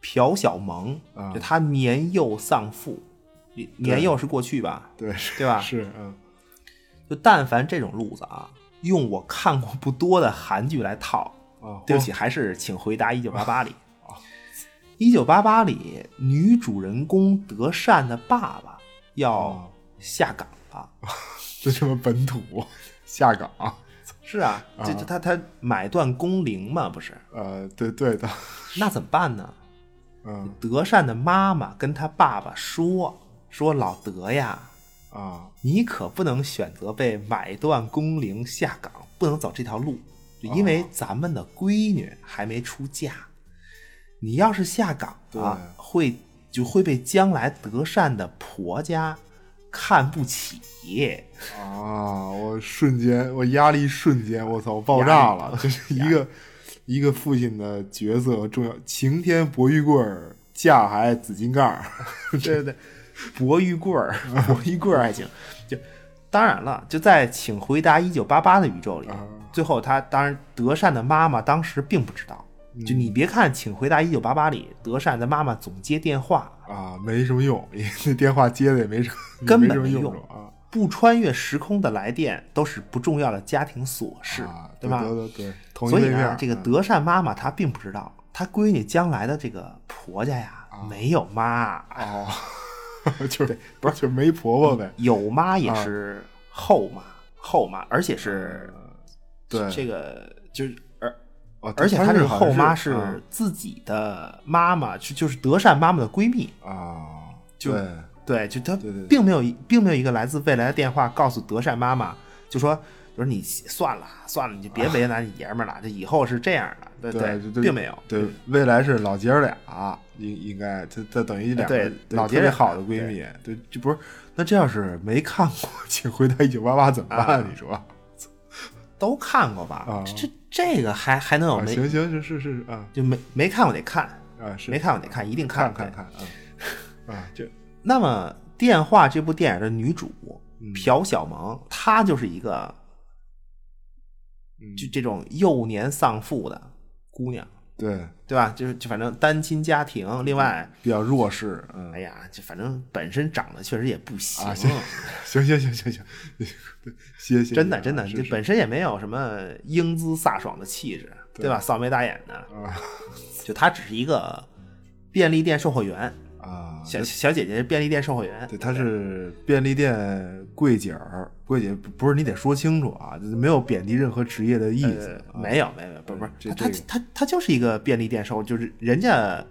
Speaker 3: 朴小萌，
Speaker 2: 啊
Speaker 3: 就他年幼丧父，年年幼是过去吧，
Speaker 2: 对是
Speaker 3: 对吧？
Speaker 2: 是嗯
Speaker 3: 就但凡这种路子啊，用我看过不多的韩剧来套，
Speaker 2: 啊，
Speaker 3: 对不起，还是请回答《一九八八》里，《一九八八》里女主人公德善的爸爸要下岗了。
Speaker 2: 就这么本土下岗，
Speaker 3: 是啊，这这他他买断工龄嘛，不是？
Speaker 2: 呃，对对的，
Speaker 3: 那怎么办呢？
Speaker 2: 嗯
Speaker 3: 德善的妈妈跟他爸爸说：“说老德呀，
Speaker 2: 啊
Speaker 3: 你可不能选择被买断工龄下岗，不能走这条路，就因为咱们的闺女还没出嫁，你要是下岗啊，会就会被将来德善的婆家看不起。”
Speaker 2: 啊！我瞬间，我压力瞬间，我操，我爆炸了！就是一个一个父亲的角色重要。晴天博玉棍儿，架还紫金盖儿，
Speaker 3: 对对对，博玉 棍儿，博玉棍儿还行。就当然了，就在《请回答一九八八》的宇宙
Speaker 2: 啊
Speaker 3: 里，最后他当然德善的妈妈当时并不知道。
Speaker 2: 嗯
Speaker 3: 就你别看《请回答一九八八》里德善的妈妈总接电话，
Speaker 2: 啊，没什么用，那电话接的也没什么，
Speaker 3: 根本
Speaker 2: 没什么
Speaker 3: 没
Speaker 2: 用
Speaker 3: 用
Speaker 2: 处啊。
Speaker 3: 不穿越时空的来电都是不重要的家庭琐事，
Speaker 2: 啊，
Speaker 3: 对吧？
Speaker 2: 对对对，同一
Speaker 3: 所以
Speaker 2: 位面
Speaker 3: 呢
Speaker 2: 儿，
Speaker 3: 这个
Speaker 2: 嗯
Speaker 3: 德善妈妈她并不知道，她闺女将来的这个婆家呀，
Speaker 2: 啊
Speaker 3: 没有妈，
Speaker 2: 哦， 就是不是就是媒婆婆呗？
Speaker 3: 有妈也是后妈，后妈，而且是
Speaker 2: 啊嗯对，
Speaker 3: 这个就是而。
Speaker 2: 哦
Speaker 3: 而且她
Speaker 2: 是
Speaker 3: 这
Speaker 2: 啊
Speaker 3: 个
Speaker 2: 好像
Speaker 3: 后妈
Speaker 2: 是
Speaker 3: 是自己的妈妈，是就是德善妈妈的闺蜜。
Speaker 2: 啊啊，
Speaker 3: 就
Speaker 2: 对
Speaker 3: 对，就她
Speaker 2: 对对对
Speaker 3: 并没有一并没有一个来自未来的电话告诉德善妈妈，就说就是你算了算了，你就别为难你爷们儿了，这以后是这样的，对
Speaker 2: 啊对，就
Speaker 3: 并没有。
Speaker 2: 对，未来是老姐儿俩，应应该这这等于两个
Speaker 3: 哎对老
Speaker 2: 特
Speaker 3: 姐儿
Speaker 2: 别
Speaker 3: 俩
Speaker 2: 好的闺蜜，对，这不是那这要是没看过，请回答一九八八怎么
Speaker 3: 啊
Speaker 2: 办？你
Speaker 3: 哦
Speaker 2: 说
Speaker 3: 都看过吧？
Speaker 2: 啊
Speaker 3: 这这这个还还能有
Speaker 2: 啊？
Speaker 3: 没、
Speaker 2: 行行，是是是啊
Speaker 3: 就没没看过得看，
Speaker 2: 啊，是
Speaker 3: 没看过得看，一定
Speaker 2: 看
Speaker 3: 看
Speaker 2: 看。看 啊啊，
Speaker 3: 对那么《电话》这部电影的女主、
Speaker 2: 嗯
Speaker 3: 朴小萌，她就是一个
Speaker 2: 嗯
Speaker 3: 就这种幼年丧父的姑娘，
Speaker 2: 对，
Speaker 3: 对吧？就是就反正单亲家庭，另外，
Speaker 2: 比较弱势，嗯
Speaker 3: 哎，呀，就反正本身长得确实也不行，
Speaker 2: 啊行行行行行行， 对谢谢，
Speaker 3: 真的
Speaker 2: 啊
Speaker 3: 真的，
Speaker 2: 是
Speaker 3: 就是本身也没有什么英姿飒爽的气质，
Speaker 2: 对
Speaker 3: 对吧？扫眉打眼的，
Speaker 2: 啊
Speaker 3: 就她只是一个便利店售货员，
Speaker 2: 啊，
Speaker 3: 小小姐姐是便利店售货员，
Speaker 2: 对，她是便利店柜姐儿，柜姐不不是你得说清楚啊，就是没有贬低任何职业的意思啊
Speaker 3: 呃，没有没有没有，不是不
Speaker 2: 这
Speaker 3: 是，她
Speaker 2: 这个
Speaker 3: 她她她就是一个便利店售，就是人家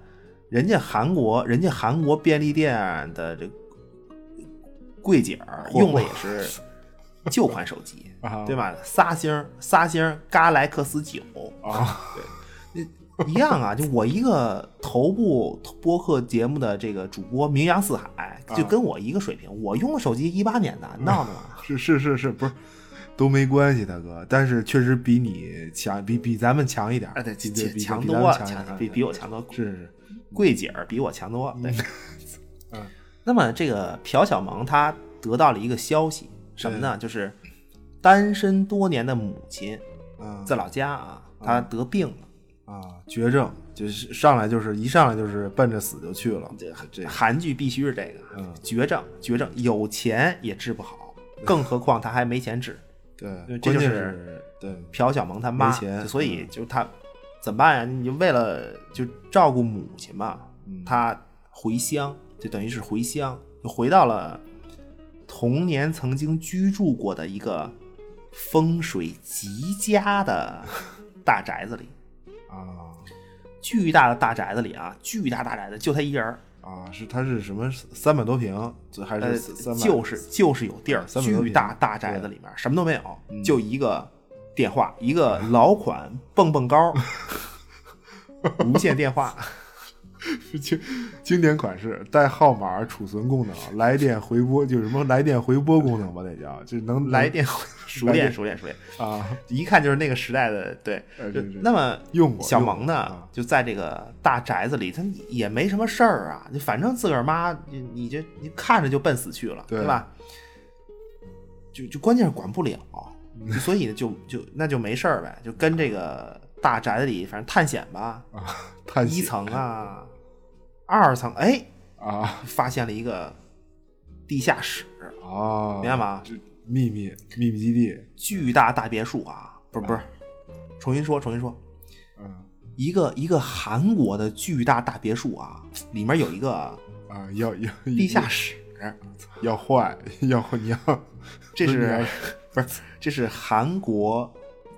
Speaker 3: 人家韩国人家韩国便利店的这柜姐儿
Speaker 2: 嚯，
Speaker 3: 用的也是旧款手机
Speaker 2: 啊
Speaker 3: 对吧？仨星儿仨星儿嘎莱克斯九
Speaker 2: 啊，
Speaker 3: 一样啊，就我一个头部播客节目的这个主播名扬四海，就
Speaker 2: 啊
Speaker 3: 跟我一个水平，我用的手机一八年的，闹呢 嘛。
Speaker 2: 是是是是，不是都没关系，大哥，但是确实比你强，比比咱们强一点儿，
Speaker 3: 啊，对，
Speaker 2: 哎比
Speaker 3: 强
Speaker 2: 比
Speaker 3: 强
Speaker 2: 比
Speaker 3: 多
Speaker 2: 咱们
Speaker 3: 了，
Speaker 2: 强一点啊儿
Speaker 3: 比比我强多。
Speaker 2: 是是
Speaker 3: 柜姐儿比我强多。对，
Speaker 2: 嗯
Speaker 3: 那么这个朴小萌她得到了一个消息，什么呢？就是单身多年的母亲
Speaker 2: 啊
Speaker 3: 在老家啊，她得病了，
Speaker 2: 啊，绝症就是上来就是一上来就是奔着死就去了，这这
Speaker 3: 韩剧必须是这个，绝症，绝症，有钱也治不好，更何况她还没钱治。
Speaker 2: 对，
Speaker 3: 这
Speaker 2: 关
Speaker 3: 就
Speaker 2: 键
Speaker 3: 是
Speaker 2: 是对
Speaker 3: 朴小萌他妈，
Speaker 2: 没钱嗯
Speaker 3: 就所以就他怎么办呀？你就为了就照顾母亲嘛，
Speaker 2: 嗯
Speaker 3: 他回乡，就等于是回乡，就回到了童年曾经居住过的一个风水极佳的大宅子里，
Speaker 2: 啊
Speaker 3: 巨大的大宅子里啊，巨大大宅子就他一人儿，
Speaker 2: 啊，是它是什么三百多平，这还
Speaker 3: 呃
Speaker 2: 是三，百
Speaker 3: 就是就是有地儿，
Speaker 2: 三百多
Speaker 3: 巨
Speaker 2: 平
Speaker 3: 大大宅子里面什么都没
Speaker 2: 嗯
Speaker 3: 有，就一个电话，一个老款蹦蹦 高，无线电话，
Speaker 2: 经经典款式，带号码、储存功 能，来电回拨，就什么来电回拨功能吧，那叫就能
Speaker 3: 来电熟
Speaker 2: 来
Speaker 3: 练
Speaker 2: 电
Speaker 3: 熟练熟练，
Speaker 2: 啊，
Speaker 3: 一看就是那个时代的对
Speaker 2: 呃。
Speaker 3: 就
Speaker 2: 对对
Speaker 3: 那么
Speaker 2: 用过
Speaker 3: 小
Speaker 2: 用过
Speaker 3: 萌呢
Speaker 2: 啊，
Speaker 3: 就在这个大宅子里，他也没什么事儿啊，就反正自个儿妈，你你这你看着就奔死去了，
Speaker 2: 对
Speaker 3: 对吧？就就关键是管 不了，就所以呢，就就那就没事儿呗，就跟这个大宅子里反正探险吧，
Speaker 2: 探
Speaker 3: 一
Speaker 2: 险哎
Speaker 3: 层啊，二层，哎，
Speaker 2: 啊
Speaker 3: 发现了一个地下室，
Speaker 2: 啊，
Speaker 3: 明白吗？
Speaker 2: 这秘密秘密基地，
Speaker 3: 巨大大别墅啊，不是不是，重新说重新说，
Speaker 2: 嗯
Speaker 3: 一个一个韩国的巨大大别墅啊，里面有一个
Speaker 2: 啊，要要
Speaker 3: 地下室，
Speaker 2: 要坏， 要你要
Speaker 3: 这
Speaker 2: 不你
Speaker 3: 是
Speaker 2: 要
Speaker 3: 不是这是韩国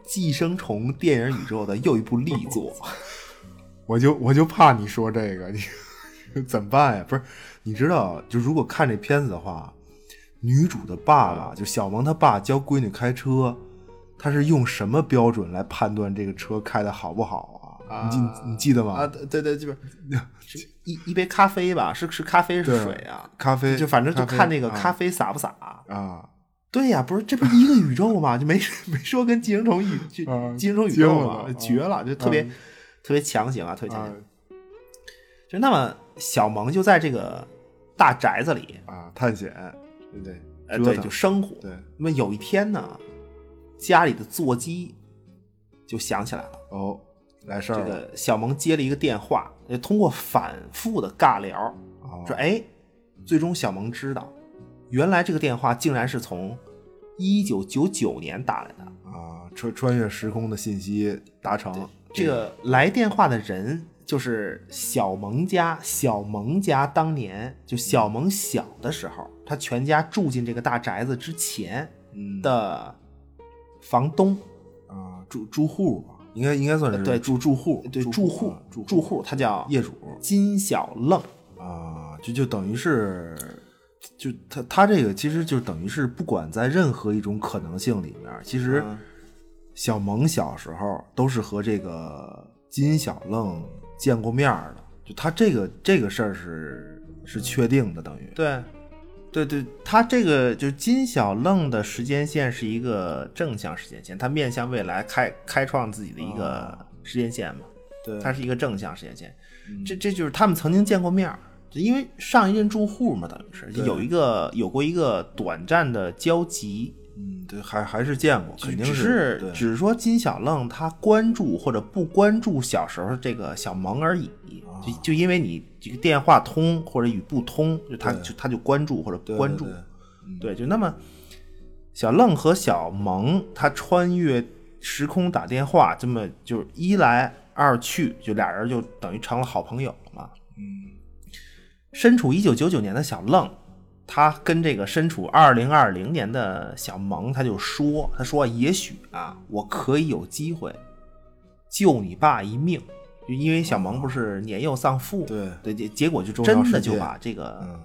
Speaker 3: 寄生虫电影宇宙的又一部力 作，
Speaker 2: 我就我就怕你说这个，你 怎么办呀？不是，你知道，就如果看这片子的话，女主的爸爸就小萌他爸教闺女开车，他是用什么标准来判断这个车开的好不好啊？你记你记得吗？
Speaker 3: 啊，对对对，基本是 一一杯咖啡吧，是是咖啡是
Speaker 2: 对
Speaker 3: 水啊，
Speaker 2: 咖啡
Speaker 3: 就反正就
Speaker 2: 咖啡
Speaker 3: 看那个
Speaker 2: 啊
Speaker 3: 咖啡洒不洒，
Speaker 2: 啊，
Speaker 3: 对呀、不是这不是一个宇宙吗？就没没说跟寄生虫 宇就
Speaker 2: 啊
Speaker 3: 寄生虫宇
Speaker 2: 接
Speaker 3: 宙
Speaker 2: 吻
Speaker 3: 嘛
Speaker 2: 了，啊
Speaker 3: 绝了，就特别
Speaker 2: 嗯
Speaker 3: 特别强行啊，特别强
Speaker 2: 啊
Speaker 3: 行。就那么小萌就在这个大宅子里，
Speaker 2: 啊，探险，对不对？
Speaker 3: 呃，
Speaker 2: 折
Speaker 3: 对，
Speaker 2: 腾
Speaker 3: 就生活。
Speaker 2: 对，
Speaker 3: 那么有一天呢，家里的座机就响起来了。
Speaker 2: 哦，来事儿
Speaker 3: 这
Speaker 2: 了，
Speaker 3: 个小萌接了一个电话，就通过反复的尬聊，
Speaker 2: 哦
Speaker 3: 说哎，最终小萌知道，原来这个电话竟然是从一九九九年打来的。
Speaker 2: 啊，穿穿越时空的信息达成，
Speaker 3: 这个来电话的人就是小萌家，小萌家当年就小萌小的时候，他全家住进这个大宅子之前
Speaker 2: 嗯
Speaker 3: 的房东，
Speaker 2: 啊，住住户吧，应该应该算是
Speaker 3: 呃对
Speaker 2: 住住户，
Speaker 3: 对
Speaker 2: 住
Speaker 3: 住户
Speaker 2: 啊住
Speaker 3: 住户，他叫
Speaker 2: 业主
Speaker 3: 金小愣。
Speaker 2: 啊，就就等于是，
Speaker 3: 啊
Speaker 2: 就他他这个其实就等于是不管在任何一种可能性里面，其实
Speaker 3: 嗯
Speaker 2: 小萌小时候都是和这个金小愣见过面儿的，就他这个这个事儿是是确定的，等于
Speaker 3: 对，对对，他这个就是金小愣的时间线是一个正向时间线，他面向未来开开创自己的一个时间线嘛，
Speaker 2: 哦对嗯
Speaker 3: 它是一个正向时间线。这这就是他们曾经见过面儿，就因为上一任住户嘛，等于是
Speaker 2: 对
Speaker 3: 有一个有过一个短暂的交集，
Speaker 2: 嗯，对，还还是见过，肯定
Speaker 3: 只
Speaker 2: 是对
Speaker 3: 只是说金小愣他关注或者不关注小时候这个小萌而已，
Speaker 2: 啊
Speaker 3: 就就因为你这个电话通或者与不通，就他
Speaker 2: 对
Speaker 3: 就他就关注或者不
Speaker 2: 对
Speaker 3: 关
Speaker 2: 对
Speaker 3: 注，
Speaker 2: 对嗯
Speaker 3: 对就那么小愣和小萌他穿越时空打电话，这么就是一来二去，就俩人就等于成了好朋友了嘛。身处一九九九年的小愣，他跟这个身处二零二零年的小萌，他就说，他说也许啊，我可以有机会救你爸一命，就因为小萌不是年幼丧父，
Speaker 2: 对
Speaker 3: 对结结果就
Speaker 2: 重要
Speaker 3: 真的
Speaker 2: 事件
Speaker 3: 就把这个
Speaker 2: 嗯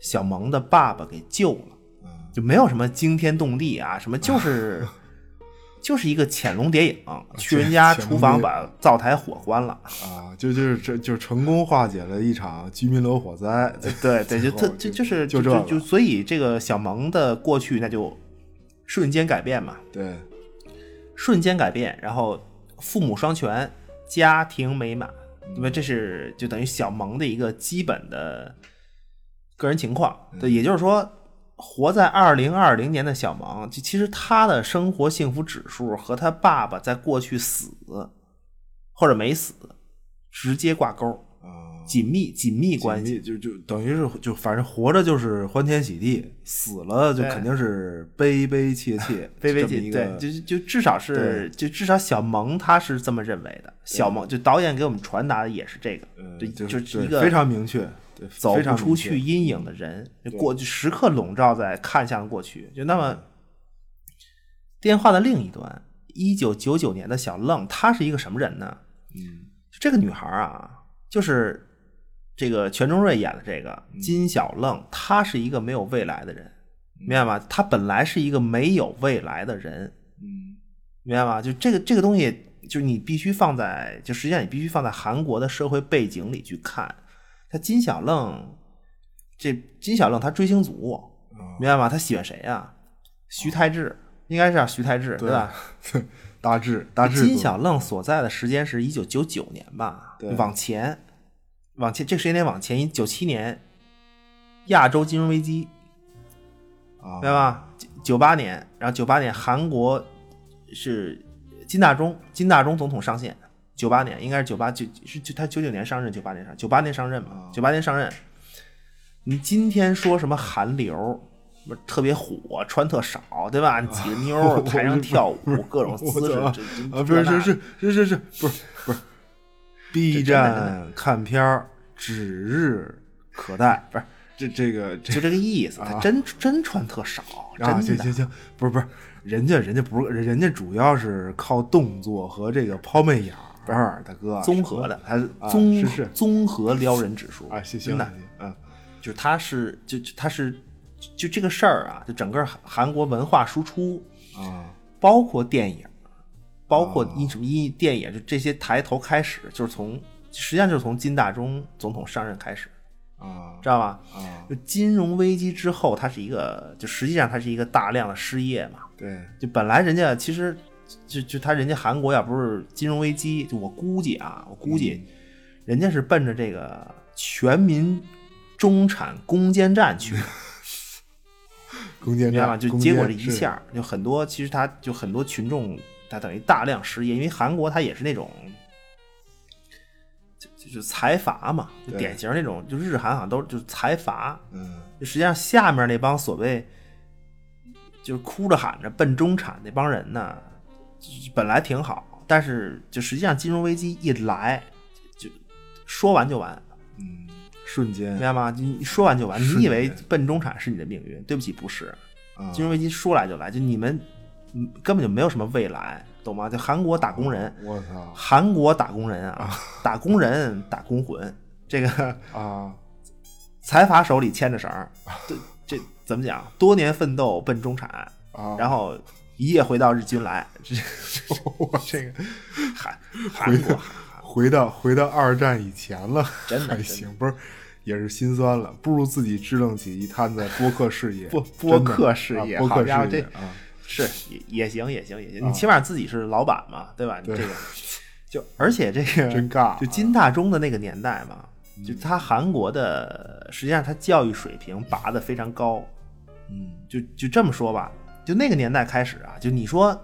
Speaker 3: 小萌的爸爸给救了，
Speaker 2: 嗯
Speaker 3: 就没有什么惊天动地啊，什 么就是。就是一个潜龙谍影，去人家
Speaker 2: 啊潜龙
Speaker 3: 厨房
Speaker 2: 谍
Speaker 3: 把灶台火 关了，
Speaker 2: 啊，就就是这就成功化解了一场居民楼火灾，
Speaker 3: 对对，就
Speaker 2: 后
Speaker 3: 特就就是
Speaker 2: 哦就
Speaker 3: 就
Speaker 2: 这
Speaker 3: 就
Speaker 2: 个
Speaker 3: 就所以这个小萌的过去那就瞬间改变嘛，
Speaker 2: 对，
Speaker 3: 瞬间改变，然后父母双全，家庭美满，对吧？这是就等于小萌的一个基本的个人情况。
Speaker 2: 嗯
Speaker 3: 对，也就是说，活在二零二零年的小萌，其其实他的生活幸福指数和他爸爸在过去死或者没死直接挂钩，
Speaker 2: 啊，
Speaker 3: 紧密紧密关系。
Speaker 2: 紧密就就等于是就反正活着就是欢天喜地，死了就
Speaker 3: 对
Speaker 2: 肯定是悲悲切 切，
Speaker 3: 卑
Speaker 2: 这
Speaker 3: 微
Speaker 2: 么
Speaker 3: 姐
Speaker 2: 一
Speaker 3: 对，
Speaker 2: 个
Speaker 3: 就是就至少是就至少小萌他是这么认为的，小萌就导演给我们传达的也是这个，
Speaker 2: 呃
Speaker 3: 对，
Speaker 2: 就
Speaker 3: 就是
Speaker 2: 对
Speaker 3: 一个
Speaker 2: 非常明确，对，
Speaker 3: 走
Speaker 2: 非
Speaker 3: 不
Speaker 2: 常
Speaker 3: 出
Speaker 2: 明确嗯
Speaker 3: 去阴影的人，就过就时刻笼罩在看向过去。就那么，电话的另一端，一九九九年的小愣，她是一个什么人呢？
Speaker 2: 嗯，
Speaker 3: 就这个女孩啊，就是这个全钟瑞演的这个
Speaker 2: 嗯
Speaker 3: 金小愣，她是一个没有未来的人，明白吗？她本来是一个没有未来的人，
Speaker 2: 嗯
Speaker 3: 明白吗？就这个这个东西，就是你必须放在，就实际上你必须放在韩国的社会背景里去看。他金小愣，这金小愣他追星族，
Speaker 2: 啊
Speaker 3: 明白吗？他喜欢谁啊？徐太志，应该是叫徐太志，对吧？
Speaker 2: 大致大致
Speaker 3: 金小愣所在的时间是一九九九年吧
Speaker 2: 对，
Speaker 3: 往前，往前这个时间点往前九七年，亚洲金融危机，
Speaker 2: 啊，
Speaker 3: 对吧？九九八年，然后九八年韩国是金大中，金大中总统上线，九八年应该是九八九是就他九九年上任，九八年上九八年上任
Speaker 2: 啊
Speaker 3: 嘛，九八年上任。你今天说什么韩流，什么特别火，穿特少，对吧？你几个妞 儿台上跳舞，各种
Speaker 2: 啊我
Speaker 3: 姿势
Speaker 2: 操，啊
Speaker 3: 这
Speaker 2: 啊，
Speaker 3: 这
Speaker 2: 不是
Speaker 3: 这那
Speaker 2: 是是是是是，不是不是，B
Speaker 3: 真的
Speaker 2: 站看片儿指日可 待，不是这这个这
Speaker 3: 就这个意思，他真真穿特少，
Speaker 2: 啊，
Speaker 3: 真
Speaker 2: 行
Speaker 3: 的
Speaker 2: 行行，不是不是，人家人家不是，人家主要是靠动作和这个抛媚眼儿，大哥，
Speaker 3: 综合的，他
Speaker 2: 啊
Speaker 3: 综
Speaker 2: 是是
Speaker 3: 综合撩人指数
Speaker 2: 啊，行
Speaker 3: 真
Speaker 2: 行
Speaker 3: 的
Speaker 2: 行啊，
Speaker 3: 就是他是就就他是就就这个事儿啊，就整个韩韩国文化输出，
Speaker 2: 啊
Speaker 3: 包括电影，包括音什么音电影，就这些抬头开始，就是从实际上就是从金大中总统上任开始，
Speaker 2: 啊
Speaker 3: 知道吧？
Speaker 2: 啊，
Speaker 3: 就金融危机之后，它是一个，就实际上它是一个大量的失业嘛。
Speaker 2: 对，
Speaker 3: 就本来人家其实就就他人家韩国要不是金融危机，就我估计啊，我估计人家是奔着这个全民中产攻坚战去的，
Speaker 2: 攻坚
Speaker 3: 明白吗？
Speaker 2: 战，
Speaker 3: 就
Speaker 2: 攻
Speaker 3: 结果这
Speaker 2: 坚
Speaker 3: 一，下，就很多其实他就很多群众他等于大量失业，因为韩国他也是那种。就就是财阀嘛，就
Speaker 2: 对
Speaker 3: 典型那种，就日韩好像都就是财阀，
Speaker 2: 是嗯，
Speaker 3: 就实际上下面那帮所谓就是哭着喊着奔中产那帮人呢，就是本来挺好，但是就实际上金融危机一来，就说完就完，嗯
Speaker 2: 瞬
Speaker 3: 明
Speaker 2: 间
Speaker 3: 白吗？你说完就完，
Speaker 2: 是
Speaker 3: 你以为奔中产是你的命运？对不起，不是。
Speaker 2: 啊，
Speaker 3: 金融危机说来就来，就你们嗯根本就没有什么未来，懂吗？就韩国打工人，
Speaker 2: 我操
Speaker 3: 韩国打工人啊，打工人打工魂，这个
Speaker 2: 啊，
Speaker 3: 财阀手里牵着绳儿，对，这怎么讲？多年奋斗奔中产，
Speaker 2: 啊
Speaker 3: 然后一夜回到日军来，这
Speaker 2: 我这个
Speaker 3: 韩韩国
Speaker 2: 回到回到二战以前了，
Speaker 3: 真的
Speaker 2: 还
Speaker 3: 真的
Speaker 2: 行，不是也是心酸了，不如自己支棱起一摊子播客事业，
Speaker 3: 播
Speaker 2: 真的
Speaker 3: 播客事业
Speaker 2: 啊播
Speaker 3: 好
Speaker 2: 客
Speaker 3: 家伙
Speaker 2: 事业
Speaker 3: 这
Speaker 2: 啊，
Speaker 3: 是也也行也行也行，你起码自己是老板嘛，对吧？你
Speaker 2: 对
Speaker 3: 这个就而且这个
Speaker 2: 真尬啊
Speaker 3: 就金大中的那个年代嘛，
Speaker 2: 嗯
Speaker 3: 就他韩国的实际上他教育水平拔得非常高，
Speaker 2: 嗯
Speaker 3: 就就这么说吧，就那个年代开始啊，就你说，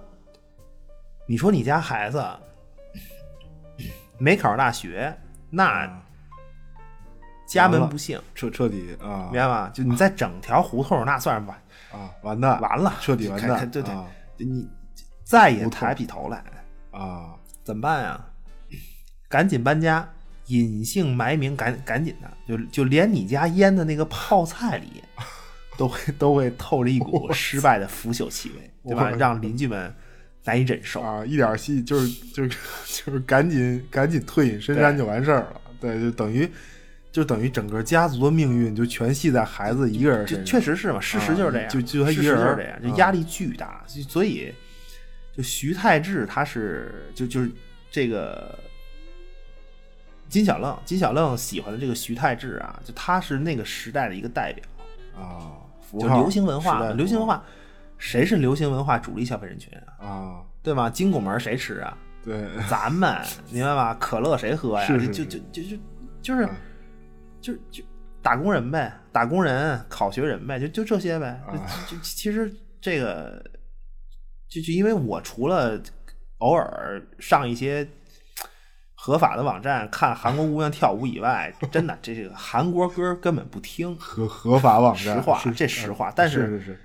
Speaker 3: 你说你家孩子没考上大学，那
Speaker 2: 啊，
Speaker 3: 家
Speaker 2: 完
Speaker 3: 门
Speaker 2: 了
Speaker 3: 不幸，
Speaker 2: 彻彻底啊
Speaker 3: 明白吗？就你在整条胡同，那算是完
Speaker 2: 啊，完蛋
Speaker 3: 完了，
Speaker 2: 彻底完
Speaker 3: 就开
Speaker 2: 蛋，
Speaker 3: 对对，
Speaker 2: 啊
Speaker 3: 就你再也抬不起头来，
Speaker 2: 啊，
Speaker 3: 怎么办呀？赶紧搬家，隐姓埋名，赶赶紧的，就就连你家腌的那个泡菜 里，都会都会透着一股失败的腐朽气味，对吧
Speaker 2: 我？
Speaker 3: 让邻居们难以忍受。
Speaker 2: 啊，一点戏就是就是 就是赶紧赶紧退隐深山就完事儿了，对，就等于就等于整个家族的命运就全系在孩子一个人身
Speaker 3: 就
Speaker 2: 上，
Speaker 3: 确实是嘛，事实就是这样，
Speaker 2: 啊就就他
Speaker 3: 事
Speaker 2: 一
Speaker 3: 实
Speaker 2: 个人
Speaker 3: 就是
Speaker 2: 儿啊
Speaker 3: 这样，就压力巨大，所以所以就徐太志他是就就是这个金小愣，金小愣喜欢的这个徐太志啊，就他是那个时代的一个代表，
Speaker 2: 啊，符
Speaker 3: 就
Speaker 2: 号
Speaker 3: 流行文
Speaker 2: 时代
Speaker 3: 化，
Speaker 2: 符
Speaker 3: 流行文
Speaker 2: 号
Speaker 3: 化，谁是流行文化主力消费人群啊？
Speaker 2: 啊，
Speaker 3: 对吗？金拱门谁吃啊？
Speaker 2: 对，
Speaker 3: 咱们明白吧？可乐谁喝呀？
Speaker 2: 是是
Speaker 3: 就是就就就就是
Speaker 2: 啊
Speaker 3: 就就打工人呗，打工人、考学人呗，就就这些呗。就
Speaker 2: 啊
Speaker 3: 就就其实这个，就就因为我除了偶尔上一些合法的网站看韩国姑娘跳舞以外，真的这这个韩国歌根本不听。
Speaker 2: 合合法网站，
Speaker 3: 实话，
Speaker 2: 是啊
Speaker 3: 这实话。但
Speaker 2: 是是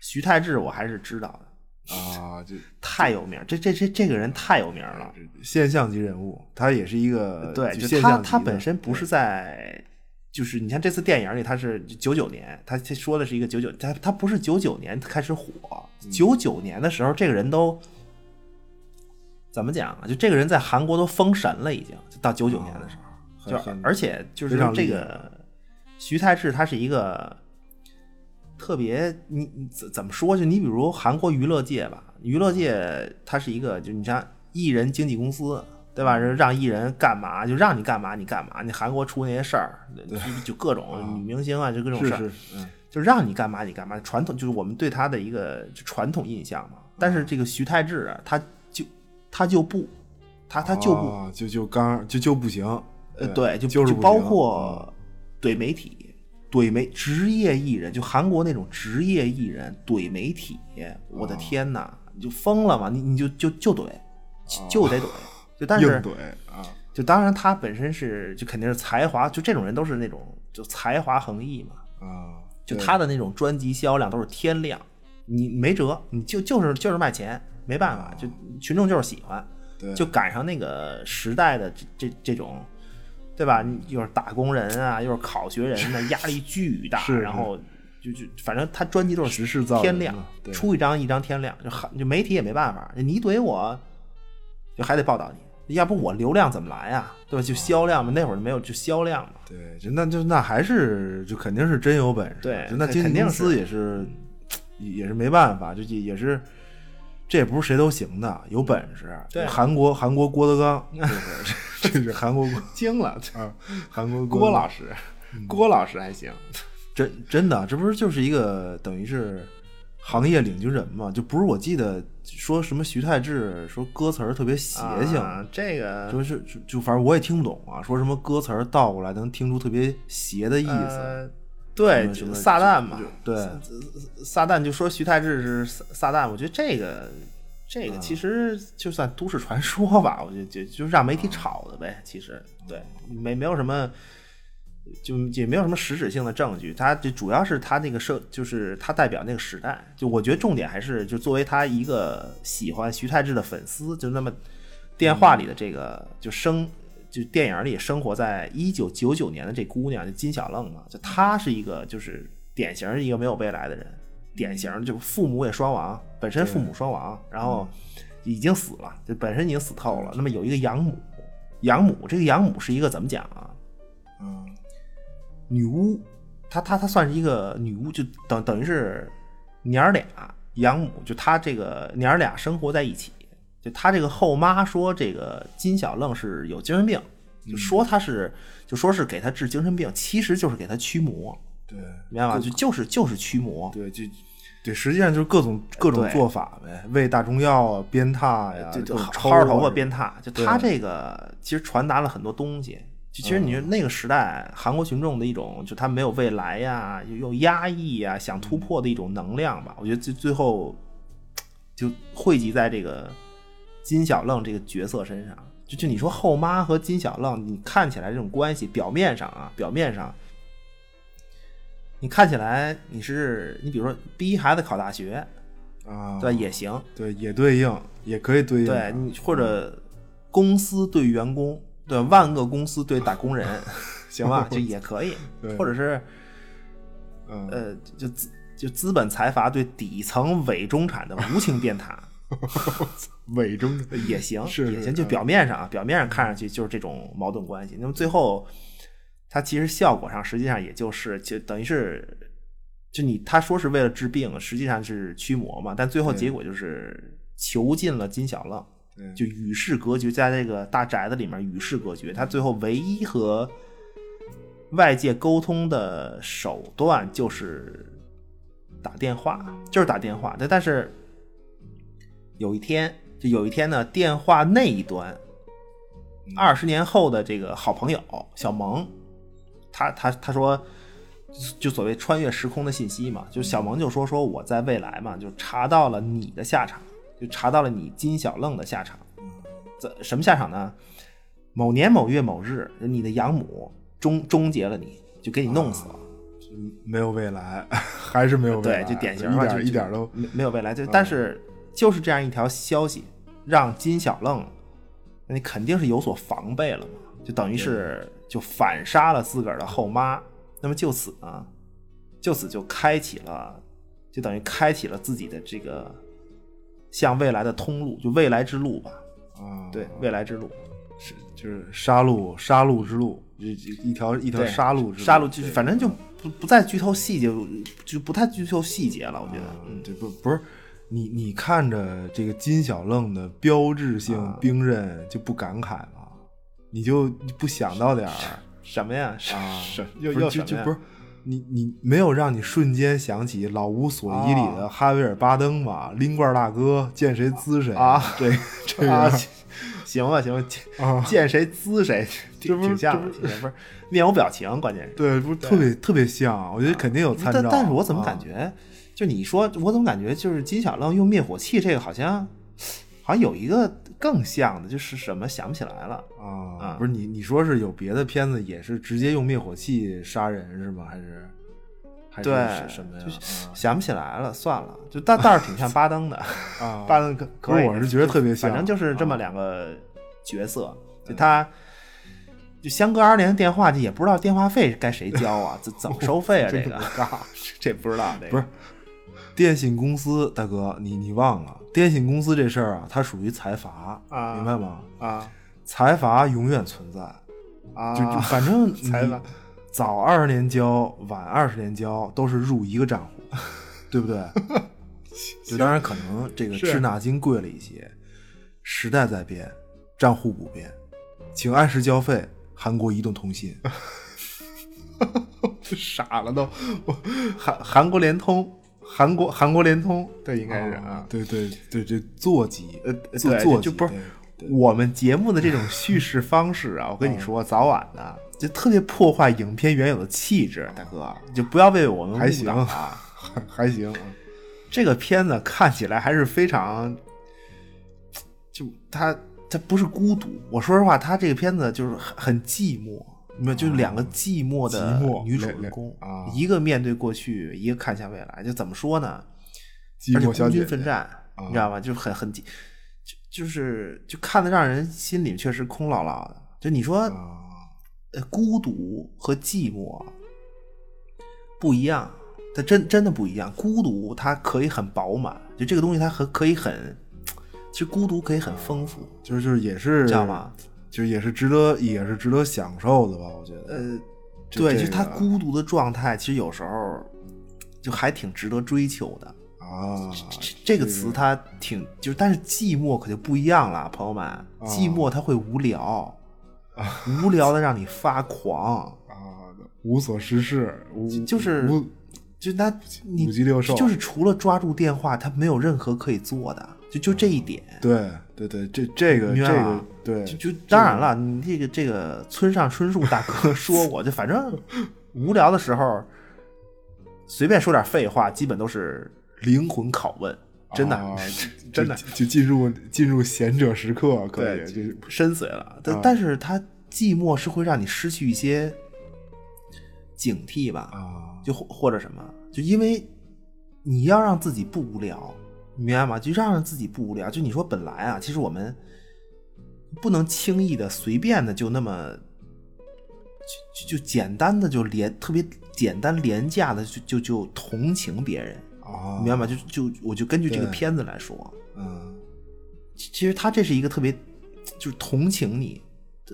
Speaker 3: 徐太志我还是知道的，
Speaker 2: 是啊，这
Speaker 3: 太有名儿，这这这这个人太有名儿了。
Speaker 2: 现象级人物，他也是一个
Speaker 3: 呃对，
Speaker 2: 呃就
Speaker 3: 就
Speaker 2: 现
Speaker 3: 他
Speaker 2: 象级
Speaker 3: 他
Speaker 2: 的
Speaker 3: 本身不是在，就是你看这次电影里他是九九年，他他说的是一个九九，他他不是九九年开始火，
Speaker 2: 嗯
Speaker 3: 九九年的时候这个人都怎么讲啊？就这个人在韩国都封神了，已经就到九九年
Speaker 2: 哦
Speaker 3: 的时候，
Speaker 2: 很
Speaker 3: 就
Speaker 2: 很
Speaker 3: 而且就是
Speaker 2: 非常
Speaker 3: 这
Speaker 2: 厉害
Speaker 3: 个徐太志他是一个特别，你你怎怎么说？就你比如韩国娱乐界吧，娱乐界它是一个，就你像艺人经纪公司，对吧？人让艺人干嘛就让你干嘛你干嘛。你韩国出那些事儿，就就各种女明星啊，就各种
Speaker 2: 是
Speaker 3: 事儿，
Speaker 2: 是嗯
Speaker 3: 就让你干嘛你干嘛。传统就是我们对他的一个就传统印象嘛。但是这个徐太志啊，他就他就不，他他就不，
Speaker 2: 啊就就刚就就不行，
Speaker 3: 呃，对，就
Speaker 2: 就是不
Speaker 3: 包
Speaker 2: 行嗯
Speaker 3: 括怼媒体、怼媒职业艺人，就韩国那种职业艺人怼媒体，
Speaker 2: 嗯
Speaker 3: 我的天哪，你就疯了嘛！你你就就就怼，就就得怼。就
Speaker 2: 嗯
Speaker 3: 但
Speaker 2: 硬
Speaker 3: 是
Speaker 2: 怼啊
Speaker 3: 就当然他本身是就肯定是才华，就这种人都是那种就才华横溢嘛，
Speaker 2: 啊，
Speaker 3: 就
Speaker 2: 对
Speaker 3: 他的那种专辑销量都是天量，你没辙，你就就是就是卖钱，没办法，就群众就是喜欢。
Speaker 2: 哦对
Speaker 3: 就赶上那个时代的这这这种，对吧？你又是打工人啊，又是考学人啊，压力巨大。
Speaker 2: 是
Speaker 3: 然后就就反正他专辑都是
Speaker 2: 时势造人
Speaker 3: 天亮
Speaker 2: 嘛，对
Speaker 3: 出一张一张天亮，就很就媒体也没办法，你怼我，就还得报道你，要不我流量怎么来啊？对
Speaker 2: 哦
Speaker 3: 吧？就销量嘛，那会儿没有就销量嘛。
Speaker 2: 对，就那就那还是就肯定是真有本事，
Speaker 3: 对
Speaker 2: 就那
Speaker 3: 这
Speaker 2: 经
Speaker 3: 肯
Speaker 2: 纪
Speaker 3: 定
Speaker 2: 公司
Speaker 3: 是
Speaker 2: 也是也是没办法，就也也是。这也不是谁都行的，有本事。
Speaker 3: 对
Speaker 2: 韩国韩
Speaker 3: 嗯
Speaker 2: 国郭德纲，对不对这是韩国郭
Speaker 3: 惊了，
Speaker 2: 啊，韩国
Speaker 3: 郭老师，
Speaker 2: 嗯
Speaker 3: 郭老师还行，
Speaker 2: 真真的，这不是就是一个等于是行业领军人嘛？就不是我记得说什么徐太志说歌词儿特别邪性，
Speaker 3: 啊这个
Speaker 2: 说是就就反正我也听不懂啊，说什么歌词儿倒过来能听出特别邪的意思，
Speaker 3: 呃
Speaker 2: 什
Speaker 3: 对，就
Speaker 2: 么
Speaker 3: 撒旦嘛，
Speaker 2: 对，
Speaker 3: 撒旦就说徐太志是撒撒旦，我觉得这个这
Speaker 2: 嗯
Speaker 3: 个其实就算都市传说吧，我就就就让媒体
Speaker 2: 嗯
Speaker 3: 炒的呗。其实对，没没有什么，就也没有什么实质性的证据。他就主要是他那个社，就是他代表那个时代。就我觉得重点还是就作为他一个喜欢徐太志的粉丝，就那么电话里的这个就生。就电影里生活在一九九九年的这姑娘，就金小愣嘛，就她是一个就是典型儿一个没有未来的人，典型儿就父母也双亡，本身父母双亡，然后已经死了，就本身已经死透了。那么有一个养母，养母这个养母是一个怎么讲啊？
Speaker 2: 嗯，
Speaker 3: 女巫，她她她算是一个女巫，就等等于是娘儿俩养母，就她这个娘儿俩生活在一起。就她这个后妈说，这个金小愣是有精神病，就说她是就说是给她治精神病，其实就是给她驱魔，
Speaker 2: 对
Speaker 3: 明白吧？就就是就是驱魔。
Speaker 2: 对，就对，实际上就是各种各种
Speaker 3: 对
Speaker 2: 做法呗，喂大中药啊，鞭挞呀，
Speaker 3: 就就
Speaker 2: 各种抽
Speaker 3: 薅着头
Speaker 2: 啊
Speaker 3: 发鞭挞，就
Speaker 2: 对
Speaker 3: 他这个其实传达了很多东西。就其实你说那个时代韩国群众的一种，就他没有未来呀，又又压抑呀，想突破的一种能量吧。我觉得最最后就汇集在这个金小愣这个角色身上。就就你说后妈和金小愣，你看起来这种关系，表面上啊，表面上你看起来你是你比如说逼孩子考大学，
Speaker 2: 啊，
Speaker 3: 对吧？也行，
Speaker 2: 对也对应，也可以对应
Speaker 3: 对
Speaker 2: 啊，
Speaker 3: 你或者公司对员工，对万恶公司对打 工人，行吧，就也可以
Speaker 2: 对，
Speaker 3: 或者是
Speaker 2: 嗯，
Speaker 3: 呃，就资就资本财阀对底层伪中产的无情鞭 挞
Speaker 2: 伪中
Speaker 3: 也行，
Speaker 2: 是是嗯
Speaker 3: 也行，就表面上啊，表面上看上去就是这种矛盾关系，那么最后它其实效果上实际上也就是就等于是。就你他说是为了治病，实际上是驱魔嘛，但最后
Speaker 2: 对
Speaker 3: 结果就是囚禁了金小愣，
Speaker 2: 对
Speaker 3: 就与世隔绝，在这个大宅子里面与世隔绝。他最后唯一和外界沟通的手段就是打电话，就是打电话。但但是有一天，就有一天呢，电话那一端，二十年后的这个好朋友小萌，他他他说。就所谓穿越时空的信息嘛，就小萌就说说我在未来嘛，就查到了你的下场，就查到了你金小愣的下场。怎什么下场呢？某年某月某日，你的养母终终结了你，就给你弄死了。
Speaker 2: 没有未来，还是没有未来，
Speaker 3: 对，就典型
Speaker 2: 一
Speaker 3: 嘛，
Speaker 2: 点
Speaker 3: 就
Speaker 2: 一点都
Speaker 3: 没没有未来。就但是就是这样一条消息，让金小愣，那你肯定是有所防备了嘛，就等于是就反杀了自个儿的后妈。那么就此呢，就此就开启了，就等于开启了自己的这个向未来的通路，就未来之路吧。
Speaker 2: 啊，
Speaker 3: 对，未来之路。
Speaker 2: 是就是杀戮杀戮之路，一一条一条
Speaker 3: 对
Speaker 2: 杀戮之
Speaker 3: 杀戮，就是
Speaker 2: 对
Speaker 3: 反正就不不再剧透细节，就不太剧透细节了。我觉得，嗯，
Speaker 2: 对，不不是你你看着这个金小愣的标志
Speaker 3: 啊
Speaker 2: 性兵刃就不感慨吗？你就不想到 点儿
Speaker 3: 什么呀？ 是
Speaker 2: 啊？
Speaker 3: 是
Speaker 2: 不
Speaker 3: 又
Speaker 2: 是
Speaker 3: 又
Speaker 2: 就
Speaker 3: 什
Speaker 2: 就
Speaker 3: 么呀
Speaker 2: 不是你你没有让你瞬间想起《老无所依》里
Speaker 3: 哦
Speaker 2: 的哈维尔巴登嘛？拎罐大哥见谁滋谁
Speaker 3: 啊？
Speaker 2: 这这
Speaker 3: 啊，
Speaker 2: 个
Speaker 3: 行行吧，行吧，见
Speaker 2: 啊
Speaker 3: 见谁滋 谁，
Speaker 2: 这
Speaker 3: 挺
Speaker 2: 不是
Speaker 3: 挺像的，
Speaker 2: 这
Speaker 3: 挺像不是面无表情，关键是。
Speaker 2: 对，不是特别特别像，我觉得肯定有参照
Speaker 3: 但。但是我怎么
Speaker 2: 啊
Speaker 3: 感觉，就你说我怎么感觉，就是金小浪用灭火器这个好像，好像有一个更像的，就是什么想不起来了。
Speaker 2: 啊
Speaker 3: 啊，
Speaker 2: 不是你你说是有别的片子也是直接用灭火器杀人是吗？还是还是
Speaker 3: 对
Speaker 2: 是什么呀？
Speaker 3: 啊想不起来了，算了，就但但是挺像巴登的，
Speaker 2: 啊，
Speaker 3: 巴登可
Speaker 2: 不
Speaker 3: 可
Speaker 2: 是，
Speaker 3: 以，
Speaker 2: 我是觉得特别像，哦嗯
Speaker 3: 反正就是这么两个角色，就他就相隔二十年的电话，这也不知道电话费该谁交啊，怎怎么 收费啊？这个 这不知道，这个
Speaker 2: 不是电信公司，大哥，你你忘了电信公司这事儿啊，它属于财阀，
Speaker 3: 啊
Speaker 2: 明白吗？
Speaker 3: 啊
Speaker 2: 财阀永远存在，
Speaker 3: 啊，
Speaker 2: 就就反正
Speaker 3: 财阀
Speaker 2: 你早二十年交，晚二十年交都是入一个账户，对不 对？就当然可能这个
Speaker 3: 是
Speaker 2: 滞纳金贵了一些，时代在变，账户不变，请按时交费。韩国移动通信，
Speaker 3: 傻了都。我韩韩国联通，韩国韩国联通，对，应该是啊。
Speaker 2: 哦对对对，这坐骑，
Speaker 3: 呃，
Speaker 2: 坐
Speaker 3: 对，
Speaker 2: 坐
Speaker 3: 就
Speaker 2: 骑
Speaker 3: 不是
Speaker 2: 对
Speaker 3: 我们节目的这种叙事方式啊，我跟你说，早晚的、就特别破坏影片原有的气质，大哥，就不要被我们
Speaker 2: 还
Speaker 3: 误
Speaker 2: 行
Speaker 3: 导啊。
Speaker 2: 还还行啊。
Speaker 3: 这个片子看起来还是非常，就它它不是孤独。我说实话，它这个片子就是很很寂寞，你们就是两个寂寞的
Speaker 2: 啊寂寞
Speaker 3: 女主
Speaker 2: 两
Speaker 3: 人
Speaker 2: 两
Speaker 3: 公
Speaker 2: 啊
Speaker 3: 一个面对过去，一个看向未来，就怎么说呢？
Speaker 2: 寂
Speaker 3: 而且
Speaker 2: 寞小
Speaker 3: 孤
Speaker 2: 姐姐
Speaker 3: 军
Speaker 2: 啊
Speaker 3: 奋，战，你知道吗？就很很紧，就就是就看得让人心里确实空落落的。就你
Speaker 2: 啊
Speaker 3: 说，呃，孤独和寂寞不一样，它真真的不一样。孤独它可以很饱满，就这个东西它很可以很，其实孤独可以很丰富，
Speaker 2: 就是就是也是
Speaker 3: 知道吗？
Speaker 2: 就是也是值得也是值得享受的吧，我觉得。
Speaker 3: 呃，
Speaker 2: 就
Speaker 3: 对，
Speaker 2: 这
Speaker 3: 就他
Speaker 2: 个
Speaker 3: 孤独的状态，其实有时候就还挺值得追求的。
Speaker 2: 啊，
Speaker 3: 这这个词它挺就是，但是寂寞可就不一样了，朋友们，
Speaker 2: 啊
Speaker 3: 寂寞它会无聊，无聊的让你发狂，
Speaker 2: 啊，无所事事，无
Speaker 3: 就是
Speaker 2: 无
Speaker 3: 就那你
Speaker 2: 五脊六兽
Speaker 3: 就是除了抓住电话，它没有任何可以做的，就就这一点。
Speaker 2: 对对对，这这个
Speaker 3: 明
Speaker 2: 这
Speaker 3: 白吧
Speaker 2: 个对，
Speaker 3: 就就当然了，你这个这个村上春树 大哥说我，就反正无聊的时候，随便说点废话，基本都是灵魂拷问，真的，
Speaker 2: 啊
Speaker 3: 真的
Speaker 2: 就就进入进入贤者时刻，可以啊
Speaker 3: 对
Speaker 2: 就是
Speaker 3: 深邃了。但、但是它寂寞是会让你失去一些警惕吧，
Speaker 2: 啊，
Speaker 3: 就或或者什么，就因为你要让自己不无聊，你明白吗？就让自己不无聊。就你说本来啊，其实我们不能轻易的、随便的就那么。就就就简单的就廉特别简单廉价的就就就同情别人，
Speaker 2: 啊，
Speaker 3: 你明白吗？就就我就根据这个
Speaker 2: 对
Speaker 3: 片子来说，
Speaker 2: 嗯，
Speaker 3: 其其实他这是一个特别，就是同情你，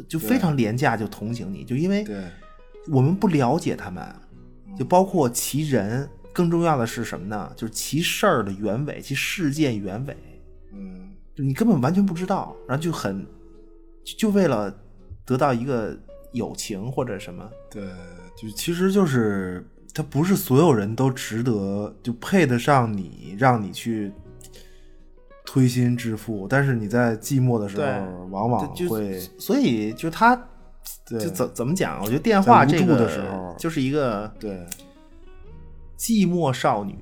Speaker 3: 就非常廉价就同情你，就因为
Speaker 2: 对，
Speaker 3: 我们不了解他们，就包括其人，更重要的是什么呢？就是其事儿的原委，其事件原委，
Speaker 2: 嗯，
Speaker 3: 就你根本完全不知道，然后就很，就就为了得到一个友情或者什么，
Speaker 2: 对，
Speaker 1: 就其实就是
Speaker 3: 他不是所有人都值得，就配得上你，让你去
Speaker 2: 推心置腹，但是你在寂寞的时
Speaker 3: 对
Speaker 2: 候，往往
Speaker 3: 就
Speaker 2: 会
Speaker 3: 所以就他
Speaker 2: 对
Speaker 3: 就怎怎么讲？我觉得电话
Speaker 2: 在无
Speaker 3: 这
Speaker 2: 助
Speaker 3: 个
Speaker 2: 的时候
Speaker 3: 就是一个
Speaker 2: 对
Speaker 3: 寂寞少女，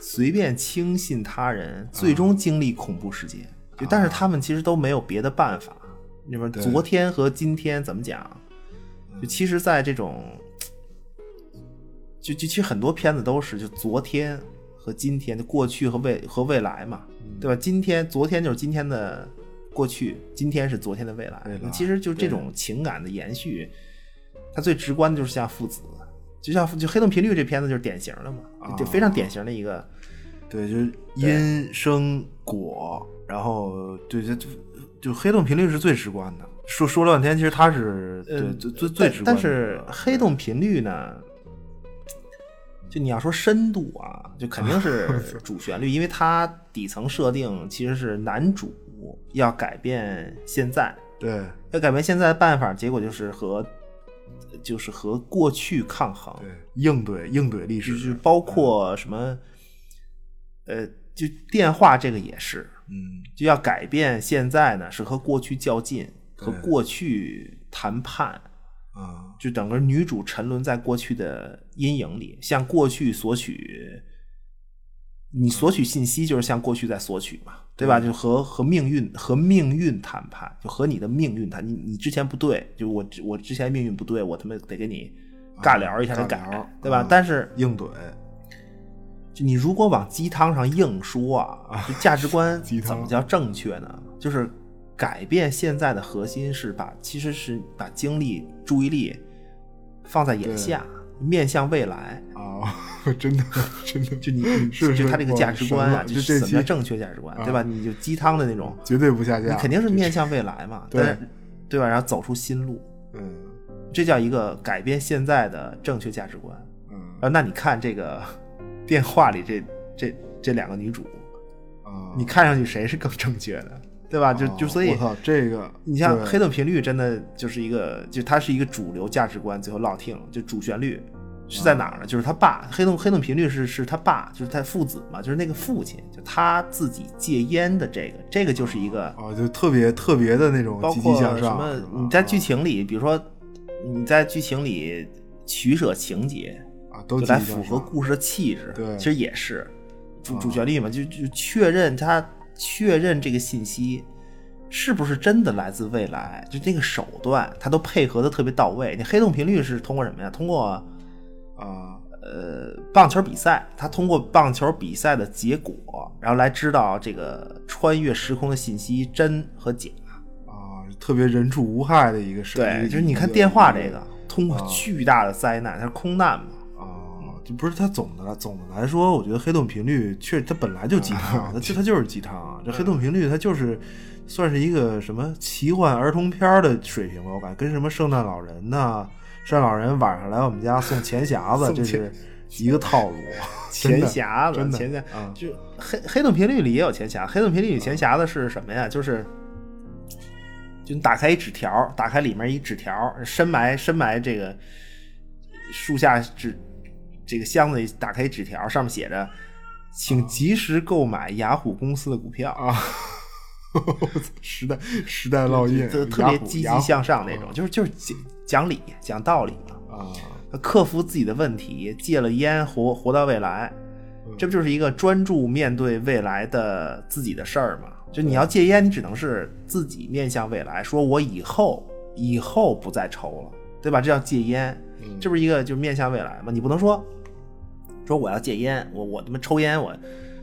Speaker 3: 随便轻信他人，最终经历恐怖事件。就但是他们其实都没有别的办法。你们
Speaker 2: 对
Speaker 3: 昨天和今天怎么讲？就其实，在这种，就就其实很多片子都是就昨天和今天，就过去和未和未来嘛，对吧？今天昨天就是今天的过去，今天是昨天的未来。
Speaker 2: 未来
Speaker 3: 那其实就这种情感的延续，它最直观的就是像父子，就像就《黑洞频率》这片子就是典型的嘛，就非
Speaker 2: 哦
Speaker 3: 常典型的一个。
Speaker 2: 对，就是
Speaker 3: 因生果，
Speaker 2: 然后对就就就黑洞频率是最直观的，说说了半天，其实它是对
Speaker 3: 呃
Speaker 2: 最最最
Speaker 3: 但
Speaker 2: 直观的，
Speaker 3: 但是黑洞频率呢，就你要说深度啊，就肯定是主旋律，因为它底层设定其实是男主要改变现在，
Speaker 2: 对
Speaker 3: 要改变现在的办法，结果就是和就是和过去抗衡，
Speaker 2: 对应对应对历
Speaker 3: 就
Speaker 2: 史
Speaker 3: 是包括什么，呃，就电话这个也是，
Speaker 2: 嗯
Speaker 3: 就要改变现在呢，是和过去较劲，和过去谈判，
Speaker 2: 啊
Speaker 3: 就整个女主沉沦在过去的阴影里，向过去索取，你索取信息就是向过去在索取嘛，对吧？就和和命运和命运谈判，就和你的命运谈，你你之前不对，就我我之前命运不对，我他妈得给你尬聊一下，
Speaker 2: 啊尬
Speaker 3: 得改
Speaker 2: 聊，
Speaker 3: 对吧？
Speaker 2: 嗯
Speaker 3: 但是
Speaker 2: 应对
Speaker 3: 就你如果往鸡汤上硬说啊，就价值 观
Speaker 2: 鸡汤
Speaker 3: 怎么叫正确呢？就是改变现在的核心是把，其实是把精力、注意力放在眼下，面向未来。
Speaker 2: 啊， 真的真的
Speaker 3: 就你，你
Speaker 2: 是
Speaker 3: 就是他这个价值观
Speaker 2: 我
Speaker 3: 啊，
Speaker 2: 神了
Speaker 3: 就
Speaker 2: 这
Speaker 3: 是怎么
Speaker 2: 期
Speaker 3: 叫正确价值观，
Speaker 2: 啊
Speaker 3: 对吧？嗯你就鸡汤的那种，
Speaker 2: 绝对不下
Speaker 3: 你
Speaker 2: 架，
Speaker 3: 肯定是面向未来嘛，
Speaker 2: 对
Speaker 3: 但是对吧？然后走出新路，
Speaker 2: 嗯
Speaker 3: 这叫一个改变现在的正确价值观。
Speaker 2: 嗯
Speaker 3: 啊，那你看这个 电话里这这这两个女主，
Speaker 2: 啊，
Speaker 3: 你看上去谁是更正确的？对吧？就就
Speaker 2: 啊
Speaker 3: 所以
Speaker 2: 我操，这个
Speaker 3: 你像
Speaker 2: 对
Speaker 3: 黑洞频率真的就是一个，就它是一个主流价值观，最后落听了，就主旋律是
Speaker 2: 哦
Speaker 3: 在哪儿呢？就是他爸，黑洞黑洞频率是是他爸，就是他父子嘛，就是那个父亲，就他自己戒烟的这个，这个就是一个
Speaker 2: 啊，就特别特别的那种
Speaker 3: 包
Speaker 2: 积极
Speaker 3: 括
Speaker 2: 向
Speaker 3: 什
Speaker 2: 上
Speaker 3: 么
Speaker 2: 是吧，嗯
Speaker 3: 你在剧情里，比如说你在剧情里取舍情节，
Speaker 2: 啊都
Speaker 3: 就
Speaker 2: 积
Speaker 3: 来
Speaker 2: 极向
Speaker 3: 符
Speaker 2: 上
Speaker 3: 合故事的气质。
Speaker 2: 对嗯
Speaker 3: 其实也是主主旋律嘛，就就确认他确认这个信息是不是真的来自未来，就这个手段他都配合的特别到位。你黑洞频率是通过什么呀？通过
Speaker 2: 啊，
Speaker 3: 呃棒球比赛，他通过棒球比赛的结果，然后来知道这个穿越时空的信息真和假。
Speaker 2: 啊，特别人畜无害的一个事。一
Speaker 3: 对，
Speaker 2: 个
Speaker 3: 就是你看
Speaker 2: 一
Speaker 3: 电话这个，通过
Speaker 2: 啊
Speaker 3: 巨大的灾难，它是空难嘛，
Speaker 2: 啊，就不是它总的来总的来说，我觉得黑洞频率确它本来就鸡
Speaker 3: 啊
Speaker 2: 汤，它就它就是鸡
Speaker 3: 嗯
Speaker 2: 汤。啊这黑洞频率它就是算是一个什么奇幻儿童片儿的水平吧，我感觉跟什么圣诞老人呐、圣诞老人晚上来我们家送钱匣子，
Speaker 3: 送
Speaker 2: 这
Speaker 3: 钱
Speaker 2: 是一个套路。真
Speaker 3: 钱
Speaker 2: 的
Speaker 3: 匣子，
Speaker 2: 真的
Speaker 3: 钱匣
Speaker 2: 啊
Speaker 3: 就黑黑洞频率里也有钱匣，黑洞频率里钱匣子是什么呀？就是。就你打开一纸条，打开里面一纸条，深埋深埋这个树下纸这个箱子里，打开一纸条，上面写着：“请及时购买雅虎公司的股票。”
Speaker 2: 啊， 时代时代烙印，
Speaker 3: 就特
Speaker 2: 雅
Speaker 3: 别
Speaker 2: 虎
Speaker 3: 积
Speaker 2: 雅
Speaker 3: 极
Speaker 2: 虎
Speaker 3: 向上那种，就是就是讲讲理、讲道理嘛，
Speaker 2: 啊，
Speaker 3: 克服自己的问题，戒了烟，活活到未来，这不就是一个专注面对未来的自己的事儿吗？就你要戒烟，你只能是自己面向未来，说我以后以后不再抽了，对吧？这叫戒烟，
Speaker 2: 嗯
Speaker 3: 这不是一个就是面向未来吗？你不能说说我要戒烟，我我他妈抽烟，我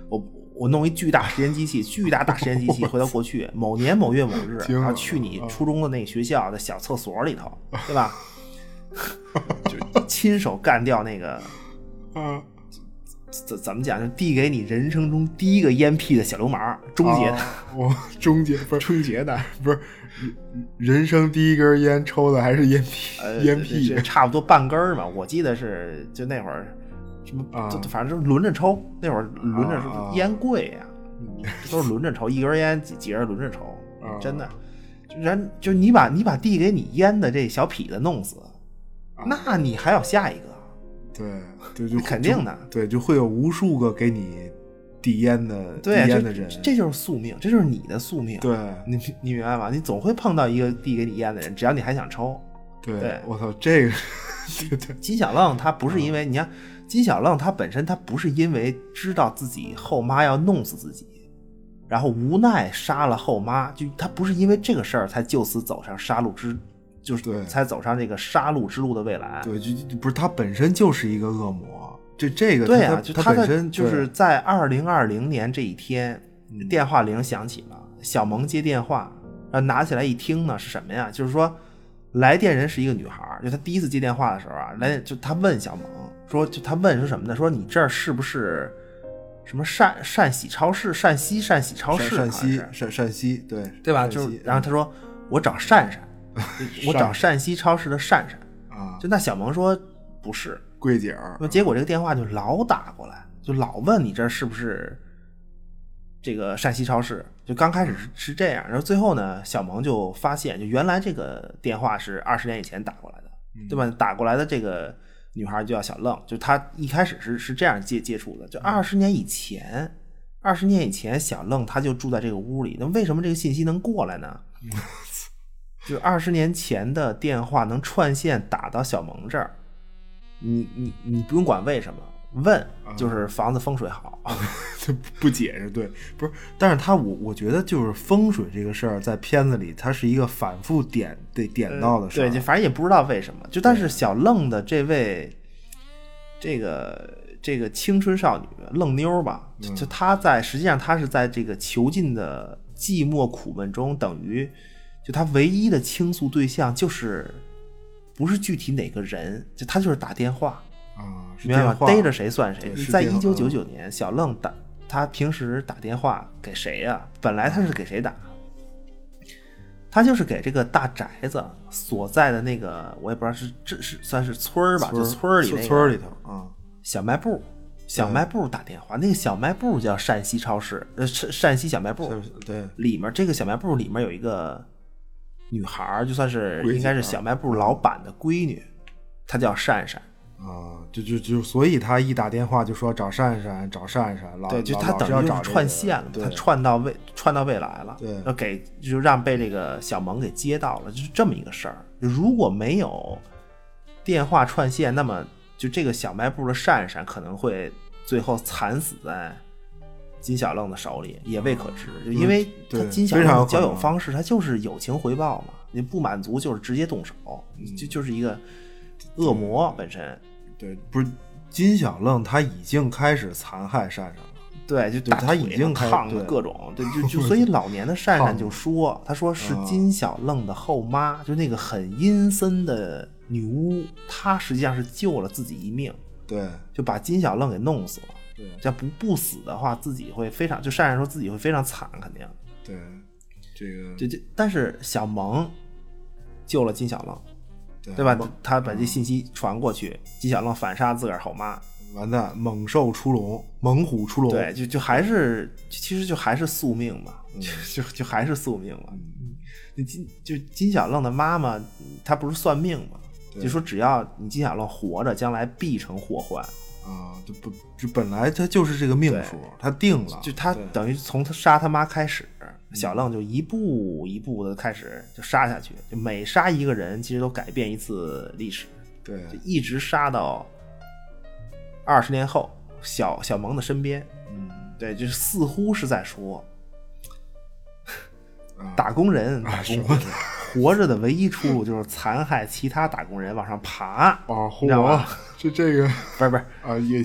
Speaker 3: 我我弄一巨大时间机器，巨大大时间机 器回到过去某年某月某日，
Speaker 2: 惊了啊
Speaker 3: 然后去你初中的那个学校的小厕所里头，对 吧？就亲手干掉那个
Speaker 2: 嗯
Speaker 3: 怎怎么讲，就递给你人生中第一个烟屁的小流氓，终结他。
Speaker 2: 啊我终结不 是终结的，不是人生第一根烟抽的还是烟屁、
Speaker 3: 呃，
Speaker 2: 烟
Speaker 3: 这
Speaker 2: 屁
Speaker 3: 这差不多半根儿嘛。我记得是就那会儿，什么
Speaker 2: 啊
Speaker 3: 就就反正就是轮着抽，那会儿轮着抽
Speaker 2: 啊啊
Speaker 3: 烟贵 呀、这都是轮着抽，一根烟几几人轮着抽，
Speaker 2: 啊
Speaker 3: 真的。就人就你把你把递给你烟的这小痞子弄死，
Speaker 2: 啊
Speaker 3: 那你还有下一个，啊
Speaker 2: 对对就
Speaker 3: 肯定的
Speaker 2: 就对就会有无数个给你递烟的递
Speaker 3: 对，
Speaker 2: 烟
Speaker 3: 这
Speaker 2: 的人，
Speaker 3: 这就是宿命，这就是你的宿命。
Speaker 2: 对
Speaker 3: 你你明白吗？你总会碰到一个递给你烟的人，只要你还想抽。对
Speaker 2: 对，我操这个 对对
Speaker 3: 金小浪他不是因为、你看，金小浪他本身他不是因为知道自己后妈要弄死自己，然后无奈杀了后妈，就他不是因为这个事儿才就此走上杀戮之，就是
Speaker 2: 对
Speaker 3: 才走上这个杀戮之路的未来。
Speaker 2: 对就就不是他本身就是一个恶魔，这这个
Speaker 3: 对
Speaker 2: 他
Speaker 3: 啊，就
Speaker 2: 他他本
Speaker 3: 在
Speaker 2: 身
Speaker 3: 就是嗯
Speaker 2: 对
Speaker 3: 在二零二零年这一天，电话铃响起了，小萌接电话，然后拿起来一听呢是什么呀？就是说，来电人是一个女孩儿，就她第一次接电话的时候啊，来电就她问小萌说，就她问是什么呢？说你这儿是不是什么陕陕西超市？陕西陕西超市
Speaker 2: 陕
Speaker 3: 好像
Speaker 2: 西
Speaker 3: 是
Speaker 2: 陕陕西对
Speaker 3: 对吧？
Speaker 2: 陕
Speaker 3: 就
Speaker 2: 西
Speaker 3: 是然后她说我找善 善，我找陕西超市的善善。
Speaker 2: 啊
Speaker 3: 就那小萌说不是，
Speaker 2: 桂姐儿
Speaker 3: 那结果这个电话就老打过来，就老问你这儿是不是这个陕西超市。就刚开始是是这样，然后最后呢，小萌就发现，就原来这个电话是二十年以前打过来的，
Speaker 2: 嗯
Speaker 3: 对吧？打过来的这个女孩就叫小愣，就她一开始是是这样接接触的，就二十年以前，二十年以前小愣她就住在这个屋里，那为什么这个信息能过来呢？就二十年前的电话能串线打到小萌这儿，你你你不用管为什么，问就是房子风水好，
Speaker 2: 这不 不解释对，不是，但是他我我觉得就是风水这个事儿，在片子里它是一个反复点得点到的事儿、
Speaker 3: 呃对，就反正也不知道为什么。就但是小愣的这位，这个这个青春少女愣妞儿吧，就
Speaker 2: 嗯
Speaker 3: 就她在实际上她是在这个囚禁的寂寞苦闷中，等于就她唯一的倾诉对象就是不是具体哪个人，就她就是打电话，
Speaker 2: 啊，是
Speaker 3: 明白
Speaker 2: 电
Speaker 3: 吗？
Speaker 2: 话
Speaker 3: 逮着谁算谁。
Speaker 2: 对
Speaker 3: 你
Speaker 2: 是
Speaker 3: 在
Speaker 2: 电
Speaker 3: 一
Speaker 2: 话
Speaker 3: 九九九年，小愣打他平时打电话给谁呀、本来他是给谁打？他就是给这个大宅子所在的那个，我也不知道是这是算是村儿吧，
Speaker 2: 村
Speaker 3: 就村儿里那个
Speaker 2: 村儿里头啊
Speaker 3: 小卖部小卖部打电话，那个小卖部叫陕西超市，呃，陕陕西小卖部
Speaker 2: 对，
Speaker 3: 里面这个小卖部里面有一个女孩儿，就算是
Speaker 2: 闺女啊
Speaker 3: 应该是小卖部老板的闺女，她叫善善。
Speaker 2: 啊，就就就，所以他一打电话就说找珊珊，找珊珊，老
Speaker 3: 对，就
Speaker 2: 老
Speaker 3: 他
Speaker 2: 老
Speaker 3: 等
Speaker 2: 是要
Speaker 3: 于
Speaker 2: 找
Speaker 3: 是
Speaker 2: 这
Speaker 3: 串
Speaker 2: 个
Speaker 3: 线了，
Speaker 2: 对
Speaker 3: 他串到未串到未来了，
Speaker 2: 对
Speaker 3: 要给就让被这个小萌给接到了，就是这么一个事儿。如果没有电话串线，那么就这个小卖部的善善可能会最后惨死在金小愣的手里，也未可知，就因为他
Speaker 2: 嗯对
Speaker 3: 金小
Speaker 2: 非
Speaker 3: 愣
Speaker 2: 常有
Speaker 3: 的
Speaker 2: 可
Speaker 3: 交友
Speaker 2: 能
Speaker 3: 方式，他就是友情回报嘛，你不满足就是直接动手，
Speaker 2: 嗯
Speaker 3: 就就是一个恶魔本身。
Speaker 2: 对，不是金小愣他已经开始残害珊珊了，
Speaker 3: 对，就大
Speaker 2: 他
Speaker 3: 腿
Speaker 2: 已
Speaker 3: 上
Speaker 2: 经开
Speaker 3: 烫的
Speaker 2: 对
Speaker 3: 各种，对，就就所以老年的嗯善善就说，他说是金小愣的后妈，就那个很阴森的女巫，她实际上是救了自己一命，
Speaker 2: 对
Speaker 3: 就把金小愣给弄死了。
Speaker 2: 对
Speaker 3: 这不不死的话，自己会非常就善善说自己会非常惨，肯定。
Speaker 2: 对，这个
Speaker 3: 就就但是小萌救了金小愣，
Speaker 2: 对
Speaker 3: 对吧？他把这信息传过去，金小愣反杀自个儿后妈，
Speaker 2: 完蛋，猛兽出笼，猛虎出笼，
Speaker 3: 对，就就还是其实就还是宿命嘛， 就就就还是宿命嘛。
Speaker 2: 嗯
Speaker 3: 你金就金小愣的妈妈，她不是算命嘛，就说只要你金小愣活着，将来必成祸患。
Speaker 2: 啊，就不就本来他就是这个命数，他定了，
Speaker 3: 就他等于从他杀他妈开始，小愣就一步一步的开始就杀下去，就每杀一个人，其实都改变一次历史，
Speaker 2: 对
Speaker 3: 就一直杀到二十年后小小萌的身边。
Speaker 2: 嗯
Speaker 3: 对，就是似乎是在说，
Speaker 2: 啊
Speaker 3: 打工人，打工 人活着的唯一出路就是残害其他打工人往上爬，
Speaker 2: 啊，
Speaker 3: 你知道
Speaker 2: 嚯
Speaker 3: 吧，
Speaker 2: 就这个
Speaker 3: 不是不是，
Speaker 2: 啊也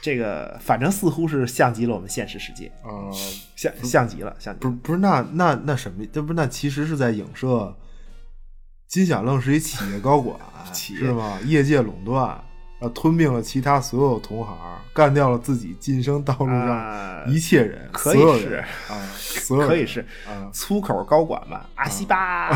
Speaker 3: 这个反正似乎是像极了我们现实世界，
Speaker 2: 啊，
Speaker 3: 像像极了，像极
Speaker 2: 不
Speaker 3: 了
Speaker 2: 是不是那那那什么，这不是那其实是在影射金小愣是一企业高管，
Speaker 3: 企业
Speaker 2: 是吗？业界垄断，呃，吞并了其他所有同行，干掉了自己晋升道路上
Speaker 3: 啊，
Speaker 2: 一切人，
Speaker 3: 可
Speaker 2: 所
Speaker 3: 以
Speaker 2: 有
Speaker 3: 是
Speaker 2: 人啊，所有
Speaker 3: 可以
Speaker 2: 人
Speaker 3: 是
Speaker 2: 啊，
Speaker 3: 粗口高管嘛，阿西吧，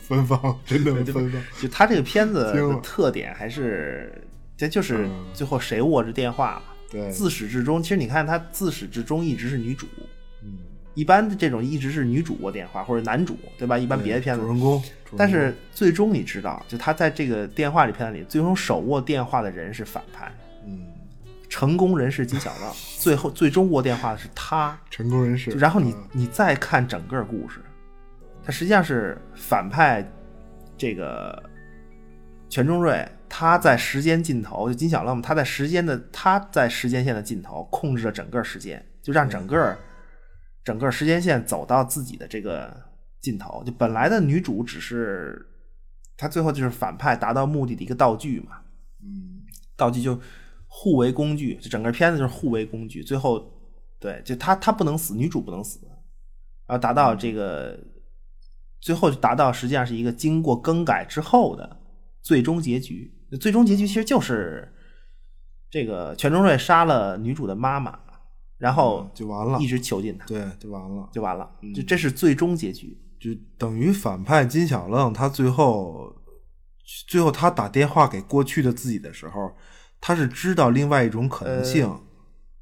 Speaker 2: 芬芳真的芬芳，
Speaker 3: 就他这个片 子
Speaker 2: 惊
Speaker 3: 的
Speaker 2: 了
Speaker 3: 特点还是，这就是
Speaker 2: 嗯
Speaker 3: 最后谁握着电话嘛，
Speaker 2: 对，
Speaker 3: 自始至终，其实你看他自始至终一直是女主。
Speaker 2: 嗯
Speaker 3: 一般的这种一直是女主握电话或者男主，对吧？一般别的片子
Speaker 2: 主人公，主人
Speaker 3: 但是最终你知道，就他在这个电话这片子里，最终手握电话的人是反派，
Speaker 2: 公嗯，
Speaker 3: 成功人士金小浪，最后最终握电话的是他。
Speaker 2: 成功人士，
Speaker 3: 然后你
Speaker 2: 嗯
Speaker 3: 你再看整个故事，他实际上是反派这个全中瑞，他在时间尽头，就金小浪他在时间的他在时间线的尽头控制了整个时间，就让整个、整个时间线走到自己的这个尽头。就本来的女主只是她最后就是反派达到目的的一个道具嘛，
Speaker 2: 嗯
Speaker 3: 道具就互为工具，就整个片子就是互为工具。最后，对，就他他不能死，女主不能死，然后达到
Speaker 2: 嗯
Speaker 3: 这个最后就达到实际上是一个经过更改之后的最终结局。最终结局其实就是这个全中瑞杀了女主的妈妈，然后
Speaker 2: 嗯就完了
Speaker 3: 一，直囚禁她，
Speaker 2: 对，嗯就完了。
Speaker 3: 就完了。就这是最终结局。
Speaker 2: 就等于反派金小愣，他最后最后他打电话给过去的自己的时候，他是知道另外一种可能性，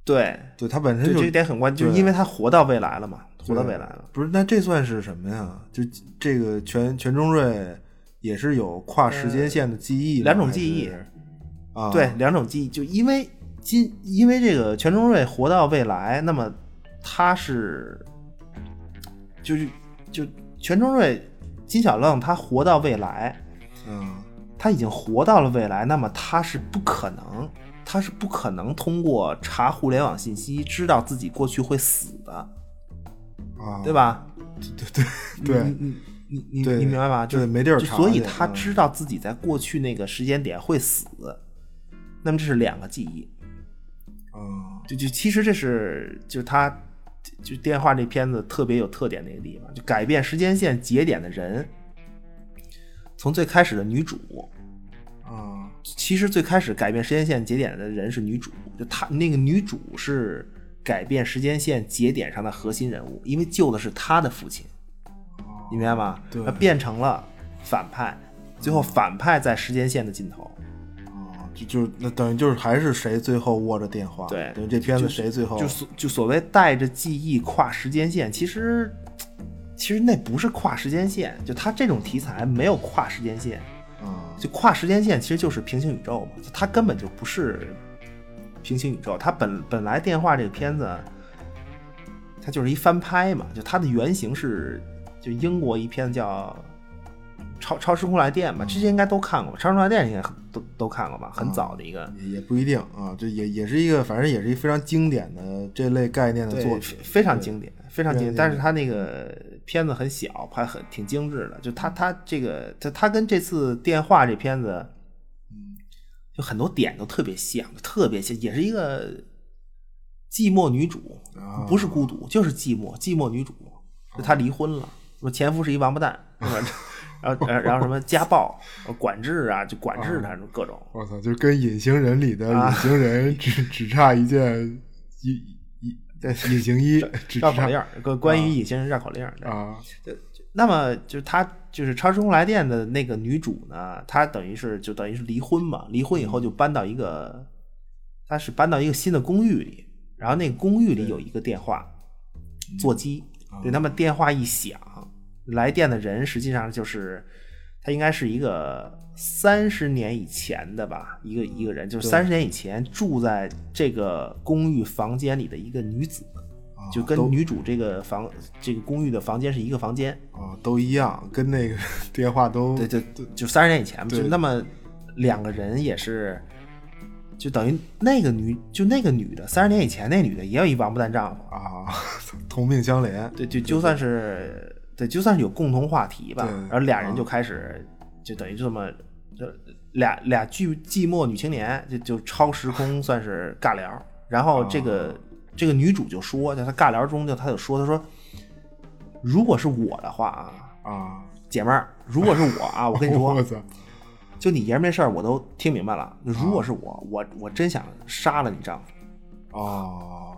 Speaker 3: 对，
Speaker 2: 对他本身
Speaker 3: 呃对
Speaker 2: 哎就
Speaker 3: 这一点很关键，就是因为他活到未来了嘛，活到未来了。
Speaker 2: 不是那这算是什么呀？就这个全全中瑞也是有跨时间线的记忆吗，
Speaker 3: 呃两种
Speaker 2: 还是
Speaker 3: 记忆
Speaker 2: 啊，
Speaker 3: 对，两种记忆，就因为今因为这个全中瑞活到未来，那么他是就是就全中瑞金小愣他活到未来，
Speaker 2: 嗯
Speaker 3: 他已经活到了未来，那么他是不可能，他是不可能通过查互联网信息知道自己过去会死的，
Speaker 2: 啊，
Speaker 3: 对？吧？
Speaker 2: 对
Speaker 3: 你你你你
Speaker 2: 对
Speaker 3: 你明白吧？就是
Speaker 2: 对没地儿
Speaker 3: 就
Speaker 2: 查
Speaker 3: 所以
Speaker 2: 去
Speaker 3: 他
Speaker 2: 嗯
Speaker 3: 知道自己在过去那个时间点会死，那么这是两个记忆。
Speaker 2: 啊，
Speaker 3: 就就其实这是就是他就就电话这片子特别有特点的一个地方，就改变时间线节点的人，从最开始的女主，
Speaker 2: 啊，
Speaker 3: 其实最开始改变时间线节点的人是女主，就她那个女主是改变时间线节点上的核心人物，因为救的是她的父亲，你明白吗？
Speaker 2: 对
Speaker 3: 她变成了反派，最后反派在时间线的尽头。
Speaker 2: 啊就就那等于就是还是谁最后握着电话，
Speaker 3: 对
Speaker 2: 等于这片子谁最后啊
Speaker 3: 就所就所谓带着记忆跨时间线，其实其实那不是跨时间线，就他这种题材没有跨时间线，
Speaker 2: 啊
Speaker 3: 就跨时间线其实就是平行宇宙嘛，就它根本就不是平行宇宙，它本本来电话这个片子，它就是一翻拍嘛，就它的原型是就英国一片叫《超超时空来电》嘛，之前应该都看过，《超时空来电》应该很都都看过吧，很早的一个。
Speaker 2: 也也不一定啊，这也也是一个，反正也是一非常经典的这类概念的
Speaker 3: 对，
Speaker 2: 作品
Speaker 3: 非，非常经典，非常经典。
Speaker 2: 非常经典
Speaker 3: 但是它那个片子很小，拍很挺精致的。就它它这个它它跟这次电话这片子，嗯，就很多点都特别像，特别像，也是一个寂寞女主，
Speaker 2: 啊
Speaker 3: 不是孤独就是寂寞，寂寞女主。就她离婚了，说前夫是一王八蛋，是吧 然后然后然后什么家暴、管制啊，就管制她各种。
Speaker 2: 我操，就跟《隐形人》里的隐形人 只、只差一件一一隐形 衣，只只
Speaker 3: 绕口
Speaker 2: 差
Speaker 3: 令儿，关关于隐形人绕口令儿，对
Speaker 2: 啊，
Speaker 3: 那么就是她就是《超时空来电》的那个女主呢，她等于是就等于是离婚嘛，离婚以后就搬到一个，她是搬到一个新的公寓里，然后那个公寓里有一个电话座机，对，那么电话一响，来电的人实际上就是他应该是一个三十年以前的吧，一个一个人，就是三十年以前住在这个公寓房间里的一个女子。
Speaker 2: 啊
Speaker 3: 就
Speaker 2: 都
Speaker 3: 跟女主这个房、这个公寓的房间是一个房间，
Speaker 2: 啊都一样，跟那个 电话都
Speaker 3: 对对嗯对，就三十年以前嘛，
Speaker 2: 对
Speaker 3: 就那么两个人也是，就等于那个女就那个女的三十年以前那女的也有一王八蛋丈夫，
Speaker 2: 啊 同命相连，
Speaker 3: 对，就就算是对，就算是有共同话题吧，
Speaker 2: 对
Speaker 3: 然后俩人就开始就等于这么就俩俩寂寂寞女青年就就超时 空算是尬聊，然后这个、这个女主就说，就她尬聊中就她就说，她说如果是我的话 啊，
Speaker 2: 啊，
Speaker 3: 姐妹儿，如果是我啊， 我跟你 说，
Speaker 2: 我操
Speaker 3: 就你爷们儿这事儿我都听明白了。如果是我，我我真想杀了你丈 夫，
Speaker 2: 哦，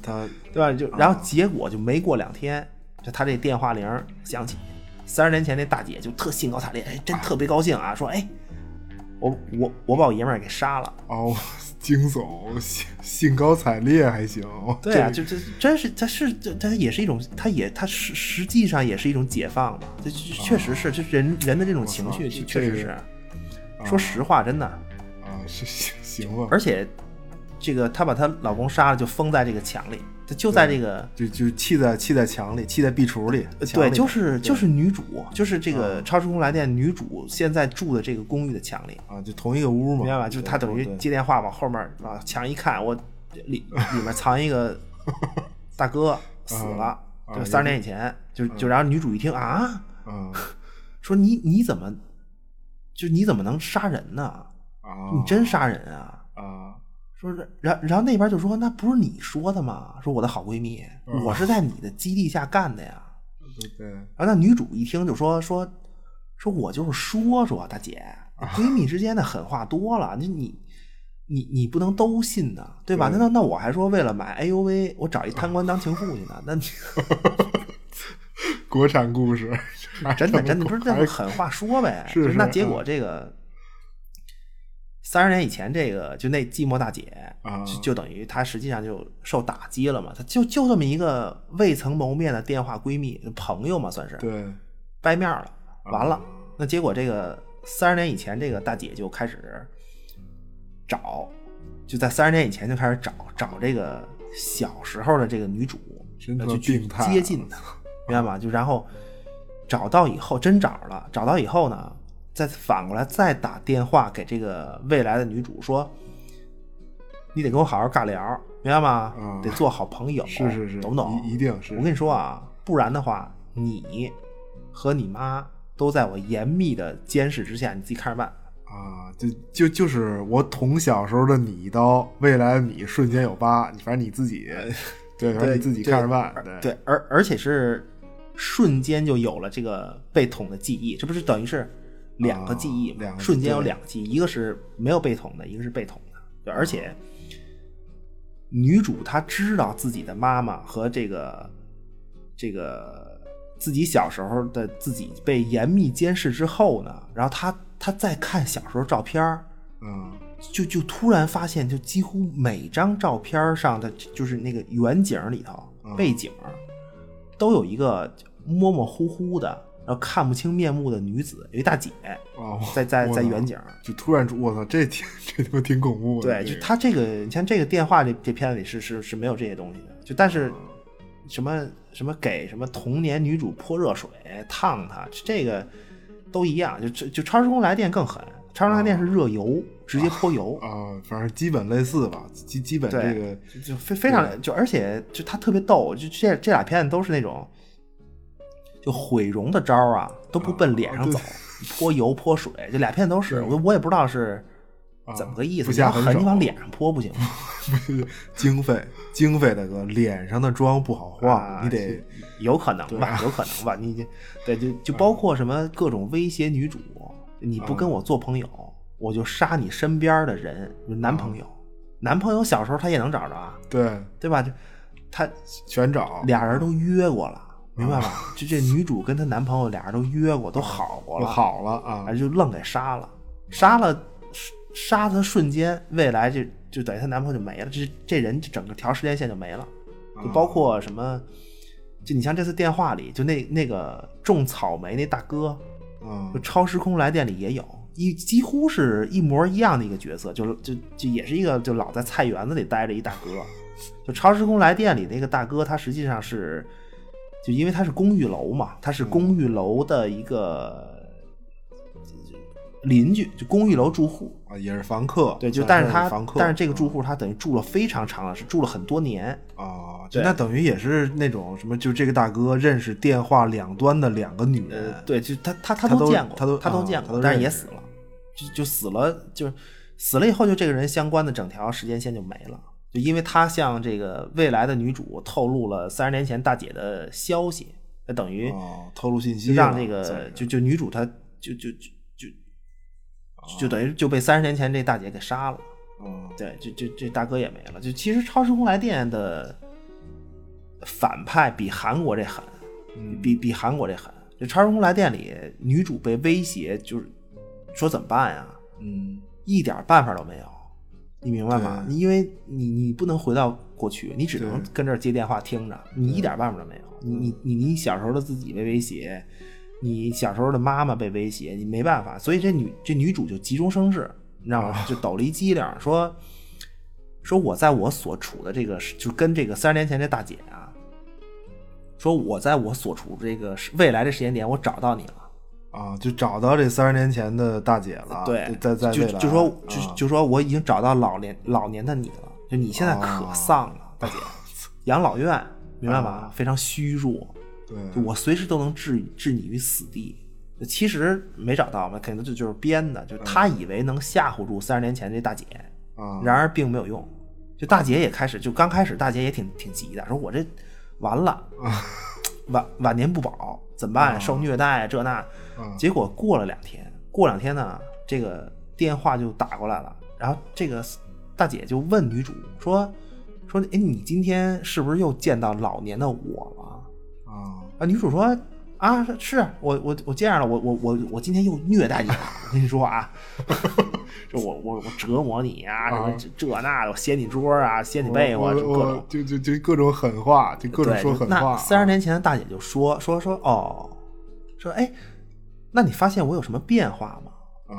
Speaker 2: 他
Speaker 3: 对吧？就然后结果就没过两天，就他这电话铃儿响起，三十年前那大姐就特兴高采烈，哎，真特别高兴啊，说哎，我我我把我爷们儿给杀了。
Speaker 2: 哦惊悚，兴兴高采烈还行，
Speaker 3: 对啊，
Speaker 2: 这
Speaker 3: 就这真是，它是这它也是一种，它也它实实际上也是一种解放吧，这这确实是，这人人的这种情绪
Speaker 2: 这
Speaker 3: 确实
Speaker 2: 这
Speaker 3: 哦是哦
Speaker 2: 个，
Speaker 3: 说实话，真的，
Speaker 2: 啊是行行吧，
Speaker 3: 而且这个她把她老公杀了，就封在这个墙里，她就在这个
Speaker 2: 就就砌在砌在墙里，砌在壁橱里，墙
Speaker 3: 对，
Speaker 2: 里
Speaker 3: 就是就是女主，就是这个超时空来电女主现在住的这个公寓的墙里，
Speaker 2: 啊，就同一个屋嘛，
Speaker 3: 明白吧？就是她等于
Speaker 2: 对
Speaker 3: 接电话往后面啊墙一看，我里里面藏一个大哥死了，
Speaker 2: 啊
Speaker 3: 就三十年以前，就就然后女主一听啊，
Speaker 2: 嗯
Speaker 3: 说你你怎么就你怎么能杀人呢？
Speaker 2: 啊，
Speaker 3: 你真杀人啊？
Speaker 2: 啊
Speaker 3: 说是，然然后那边就说那不是你说的吗？说我的好闺蜜，我是在你的基地下干的呀。
Speaker 2: 对对。
Speaker 3: 然后那女主一听就说说说我就是说说大姐，闺蜜之间的狠话多了，你你你你不能都信呐，对吧？那那那我还说为了买 AUV，我找一贪官当情妇去呢，那你
Speaker 2: 国产故事，
Speaker 3: 真的真的不是那
Speaker 2: 还
Speaker 3: 种狠话说呗。
Speaker 2: 是嗯
Speaker 3: 就是那结果这个三十年以前，这个就那寂寞大姐
Speaker 2: 啊
Speaker 3: 就就等于她实际上就受打击了嘛。她就就这么一个未曾谋面的电话闺蜜朋友嘛，算是
Speaker 2: 对
Speaker 3: 掰面了，完
Speaker 2: 啊
Speaker 3: 了。那结果这个三十年以前，这个大姐就开始找，就在三十年以前就开始找找这个小时候的这个女主，
Speaker 2: 真他
Speaker 3: 呃
Speaker 2: 妈
Speaker 3: 就去
Speaker 2: 病态啊
Speaker 3: 接近她，明白吗？就然后找到以后，真找着了，找到以后呢，再反过来再打电话给这个未来的女主说，你得跟我好好尬聊，明白吗？
Speaker 2: 嗯
Speaker 3: 得做好朋友，
Speaker 2: 是是是，
Speaker 3: 懂不懂？
Speaker 2: 一一定是
Speaker 3: 我跟你说啊，不然的话，你和你妈都在我严密的监视之下，你自己看着办。
Speaker 2: 啊，就就就是我捅小时候的你一刀，未来的你瞬间有疤，你反正你自 己，对，反正你自己看着办，对
Speaker 3: 对，而而且是瞬间就有了这个被捅的记忆，这不是等于是两个记忆
Speaker 2: 啊
Speaker 3: 吗？
Speaker 2: 两个
Speaker 3: 瞬间有
Speaker 2: 对
Speaker 3: 两个记忆，一个是没有被捅的，一个是被捅的。对，而
Speaker 2: 啊
Speaker 3: 且女主她知道自己的妈妈和这个这个自己小时候的自己被严密监视之后呢，然后她她再看小时候照片儿
Speaker 2: 嗯
Speaker 3: 就就突然发现，就几乎每张照片上的就是那个远景里头、
Speaker 2: 嗯
Speaker 3: 背景儿都有一个模模糊糊的，然后看不清面目的女子，有一大姐
Speaker 2: 啊，我
Speaker 3: 在在
Speaker 2: 我
Speaker 3: 在
Speaker 2: 操
Speaker 3: 远景儿。
Speaker 2: 就突然出，我操，这挺这他妈挺恐怖的。
Speaker 3: 对，
Speaker 2: 这
Speaker 3: 就
Speaker 2: 个
Speaker 3: 他这个，你像这个电话这这片子里是是是没有这些东西的，就但是
Speaker 2: 嗯
Speaker 3: 什么什么给什么童年女主泼热水烫她，这个都一样，就就就超时空来电更狠，超时空来电是热油，直接泼油，
Speaker 2: 啊，反正基本类似吧，基基本
Speaker 3: 对
Speaker 2: 这个
Speaker 3: 就就非非常就而且就他特别逗，就这这俩片子都是那种就毁容的招儿啊，都不奔脸上走，泼油泼水，这俩片子都是，我我也不知道是。怎么个意思？
Speaker 2: 啊不
Speaker 3: 你
Speaker 2: 下
Speaker 3: 要
Speaker 2: 狠
Speaker 3: 狠，你
Speaker 2: 手
Speaker 3: 往脸上泼不 行吗？
Speaker 2: 经费经费大哥，脸上的妆不好化，
Speaker 3: 啊
Speaker 2: 你得啊
Speaker 3: 有可能吧，有可能吧。你你对，就就包括什么各种威胁女主，你
Speaker 2: 啊
Speaker 3: 不跟我做朋友，我就杀你身边的人，就
Speaker 2: 啊
Speaker 3: 男朋友。男朋友小时候他也能找着啊，
Speaker 2: 对
Speaker 3: 对吧？就他
Speaker 2: 全找
Speaker 3: 俩人都约过了，明白吧？就这女主跟她男朋友俩人都约过，都好过
Speaker 2: 我
Speaker 3: 了，，哎
Speaker 2: 好了啊
Speaker 3: 而就愣给杀了，杀了杀他瞬间，未来就就等于她男朋友就没了，这这人这整个条时间线就没了。
Speaker 2: 啊
Speaker 3: 就包括什么，就你像这次电话里，就那那个种草莓那大哥，
Speaker 2: 啊
Speaker 3: 就超时空来电里也有一几乎是一模一样的一个角色，就就就也是一个就老在菜园子里待着一大哥，就超时空来电里那个大哥，他实际上是就因为他是公寓楼嘛，他是公寓楼的一个。邻居就公寓楼住户，
Speaker 2: 啊，也是房客，
Speaker 3: 对，就
Speaker 2: 但
Speaker 3: 但是他
Speaker 2: 房客，嗯
Speaker 3: 但是这个住户他等于住了非常长的时，住了很多年，
Speaker 2: 啊，就
Speaker 3: 对
Speaker 2: 那等于也是那种什么，就这个大哥认识电话两端的两个女
Speaker 3: 呃
Speaker 2: 人，，啊
Speaker 3: 对，就他他
Speaker 2: 嗯
Speaker 3: 他
Speaker 2: 他都
Speaker 3: 都见过，
Speaker 2: 他都
Speaker 3: 他
Speaker 2: 啊
Speaker 3: 见
Speaker 2: 他
Speaker 3: 过，
Speaker 2: 都
Speaker 3: 但是
Speaker 2: 认
Speaker 3: 也
Speaker 2: 识
Speaker 3: 死了，就就死了，就是死了以后，就这个人相关的整条时间线就没了，就因为他向这个未来的女主透露了三十年前大姐的消息，那等于
Speaker 2: 哦，透露信息
Speaker 3: 就让
Speaker 2: 了
Speaker 3: 这
Speaker 2: 算
Speaker 3: 个
Speaker 2: 是
Speaker 3: 就就女主她就就就就
Speaker 2: 哦
Speaker 3: 就等于就被三十年前这大姐给杀了，
Speaker 2: 嗯
Speaker 3: 对，这这这大哥也没了，就其实超时空来电的反派比韩国这狠。
Speaker 2: 嗯
Speaker 3: 比比韩国这狠。就《超时空来电》里，女主被威胁，就是说怎么办呀？
Speaker 2: 嗯
Speaker 3: 一点办法都没有，你明白吗？
Speaker 2: 对
Speaker 3: 因为你你不能回到过去，你只能
Speaker 2: 对
Speaker 3: 跟这儿接电话听着，你一点办法都没有。你你你你小时候的自己被威胁，你小时候的妈妈被威胁，你没办法。所以这女这女主就急中生智，你知道
Speaker 2: 哦
Speaker 3: 吗？就抖了一机灵，说说我在我所处的这个时，就跟这个三十年前这大姐啊，说我在我所处这个时未来的时间点，我找到你了。
Speaker 2: 啊，就找到这三十年前的大姐了，
Speaker 3: 对，
Speaker 2: 啊在在
Speaker 3: 就
Speaker 2: 未来
Speaker 3: 就说
Speaker 2: 啊
Speaker 3: 就就说我已经找到老年老年的你了，就你现在
Speaker 2: 哦
Speaker 3: 可丧了，大姐，养老院明白
Speaker 2: 嗯
Speaker 3: 吧？非常虚弱，
Speaker 2: 对
Speaker 3: 就我随时都能置置你于死地。其实没找到嘛，肯定就就是编的，
Speaker 2: 嗯
Speaker 3: 就他以为能吓唬住三十年前这大姐，
Speaker 2: 啊，
Speaker 3: 然而并没有用。就大姐也开始，就刚开始大姐也挺挺急的，说我这完了，晚晚年不保怎么办呀？受虐待啊这那。
Speaker 2: 啊
Speaker 3: 结果过了两天，过两天呢，这个电话就打过来了，然后这个大姐就问女主说说，哎，你今天是不是又见到老年的我了？
Speaker 2: 啊
Speaker 3: 啊，女主说啊，是我我我这样了，我我我我今天又虐待你了， 我跟你说啊，这我我我折磨你啊，什么这这那的，我掀你桌啊，掀你被窝啊，
Speaker 2: 我
Speaker 3: 就各
Speaker 2: 我
Speaker 3: 种
Speaker 2: 就就就各种狠话，就各种
Speaker 3: 对
Speaker 2: 说
Speaker 3: 就
Speaker 2: 狠
Speaker 3: 那
Speaker 2: 话。啊
Speaker 3: 三十年前的大姐就说说说哦，说哎，那你发现我有什么变化吗？
Speaker 2: 啊，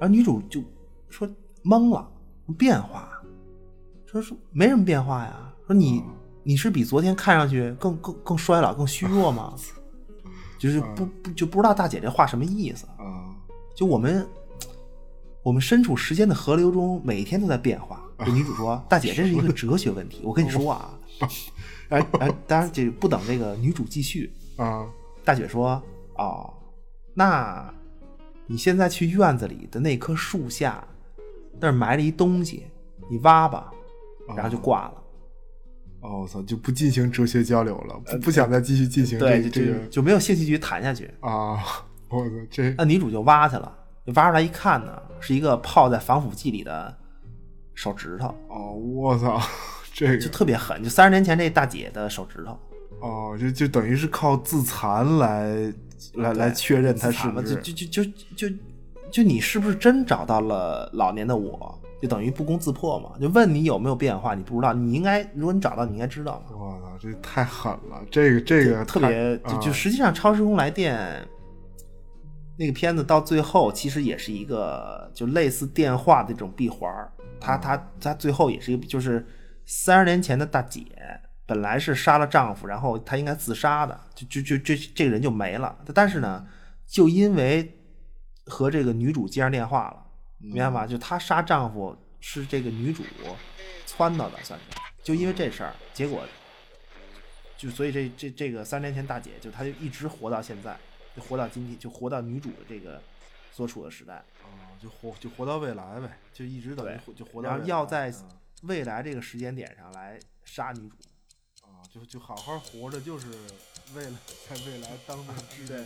Speaker 3: 然后女主就说懵了，变化，说说没什么变化呀，说你、你是比昨天看上去更更更衰老、更虚弱吗？就是不不就不知道大姐这话什么意思。
Speaker 2: 啊
Speaker 3: 就我们我们身处时间的河流中，每一天都在变化。就女主说：“大姐，这是一个哲学问题。我跟你说啊， 哎哎，当然这不等这个女主继续，
Speaker 2: 啊
Speaker 3: 大姐说：“哦，那你现在去院子里的那棵树下，那儿埋了一东西，你挖吧。”然后就挂了。
Speaker 2: 哦，我操，就不进行哲学交流了，不不想再继续进行
Speaker 3: 呃对，
Speaker 2: 这
Speaker 3: 就
Speaker 2: 这
Speaker 3: 就
Speaker 2: 个
Speaker 3: 就没有兴趣继续谈下去。
Speaker 2: 啊，我操，这
Speaker 3: 那女主就挖去了，挖出来一看呢，是一个泡在防腐剂里的手指头，
Speaker 2: 哦，我操，这
Speaker 3: 就
Speaker 2: 个
Speaker 3: 特别狠，就三十年前这大姐的手指头。
Speaker 2: 哦，就就等于是靠自残来来来确认他
Speaker 3: 自
Speaker 2: 是
Speaker 3: 残嘛
Speaker 2: 不是
Speaker 3: 就就就就就就你是不是真找到了老年的我？就等于不攻自破嘛？就问你有没有变化，你不知道，你应该如果你找到，你应该知道嘛。
Speaker 2: 我操，这太狠了！这个这个
Speaker 3: 特
Speaker 2: 太
Speaker 3: 别
Speaker 2: 啊
Speaker 3: 就就实际上《超时空来电》那个片子到最后其实也是一个就类似电话的这种闭环儿，
Speaker 2: 啊
Speaker 3: 她她她最后也是一个就是三十年前的大姐，本来是杀了丈夫，然后她应该自杀的，就就就这这个人就没了，但是呢，就因为和这个女主接上电话了，明白
Speaker 2: 嗯
Speaker 3: 吗？就她杀丈夫是这个女主撺掇的，算是就因为这事儿，结果就所以这这这个三年前大姐就她就一直活到现在，就活到今天，就活到女主的这个所处的时代，
Speaker 2: 啊就活就活到未来呗，就一直等于
Speaker 3: 对
Speaker 2: 活就活到
Speaker 3: 然后
Speaker 2: 未
Speaker 3: 要
Speaker 2: 来
Speaker 3: 在
Speaker 2: 啊
Speaker 3: 未来这个时间点上来杀女主。
Speaker 2: 啊，就就好好活着，就是为了在未来当面对。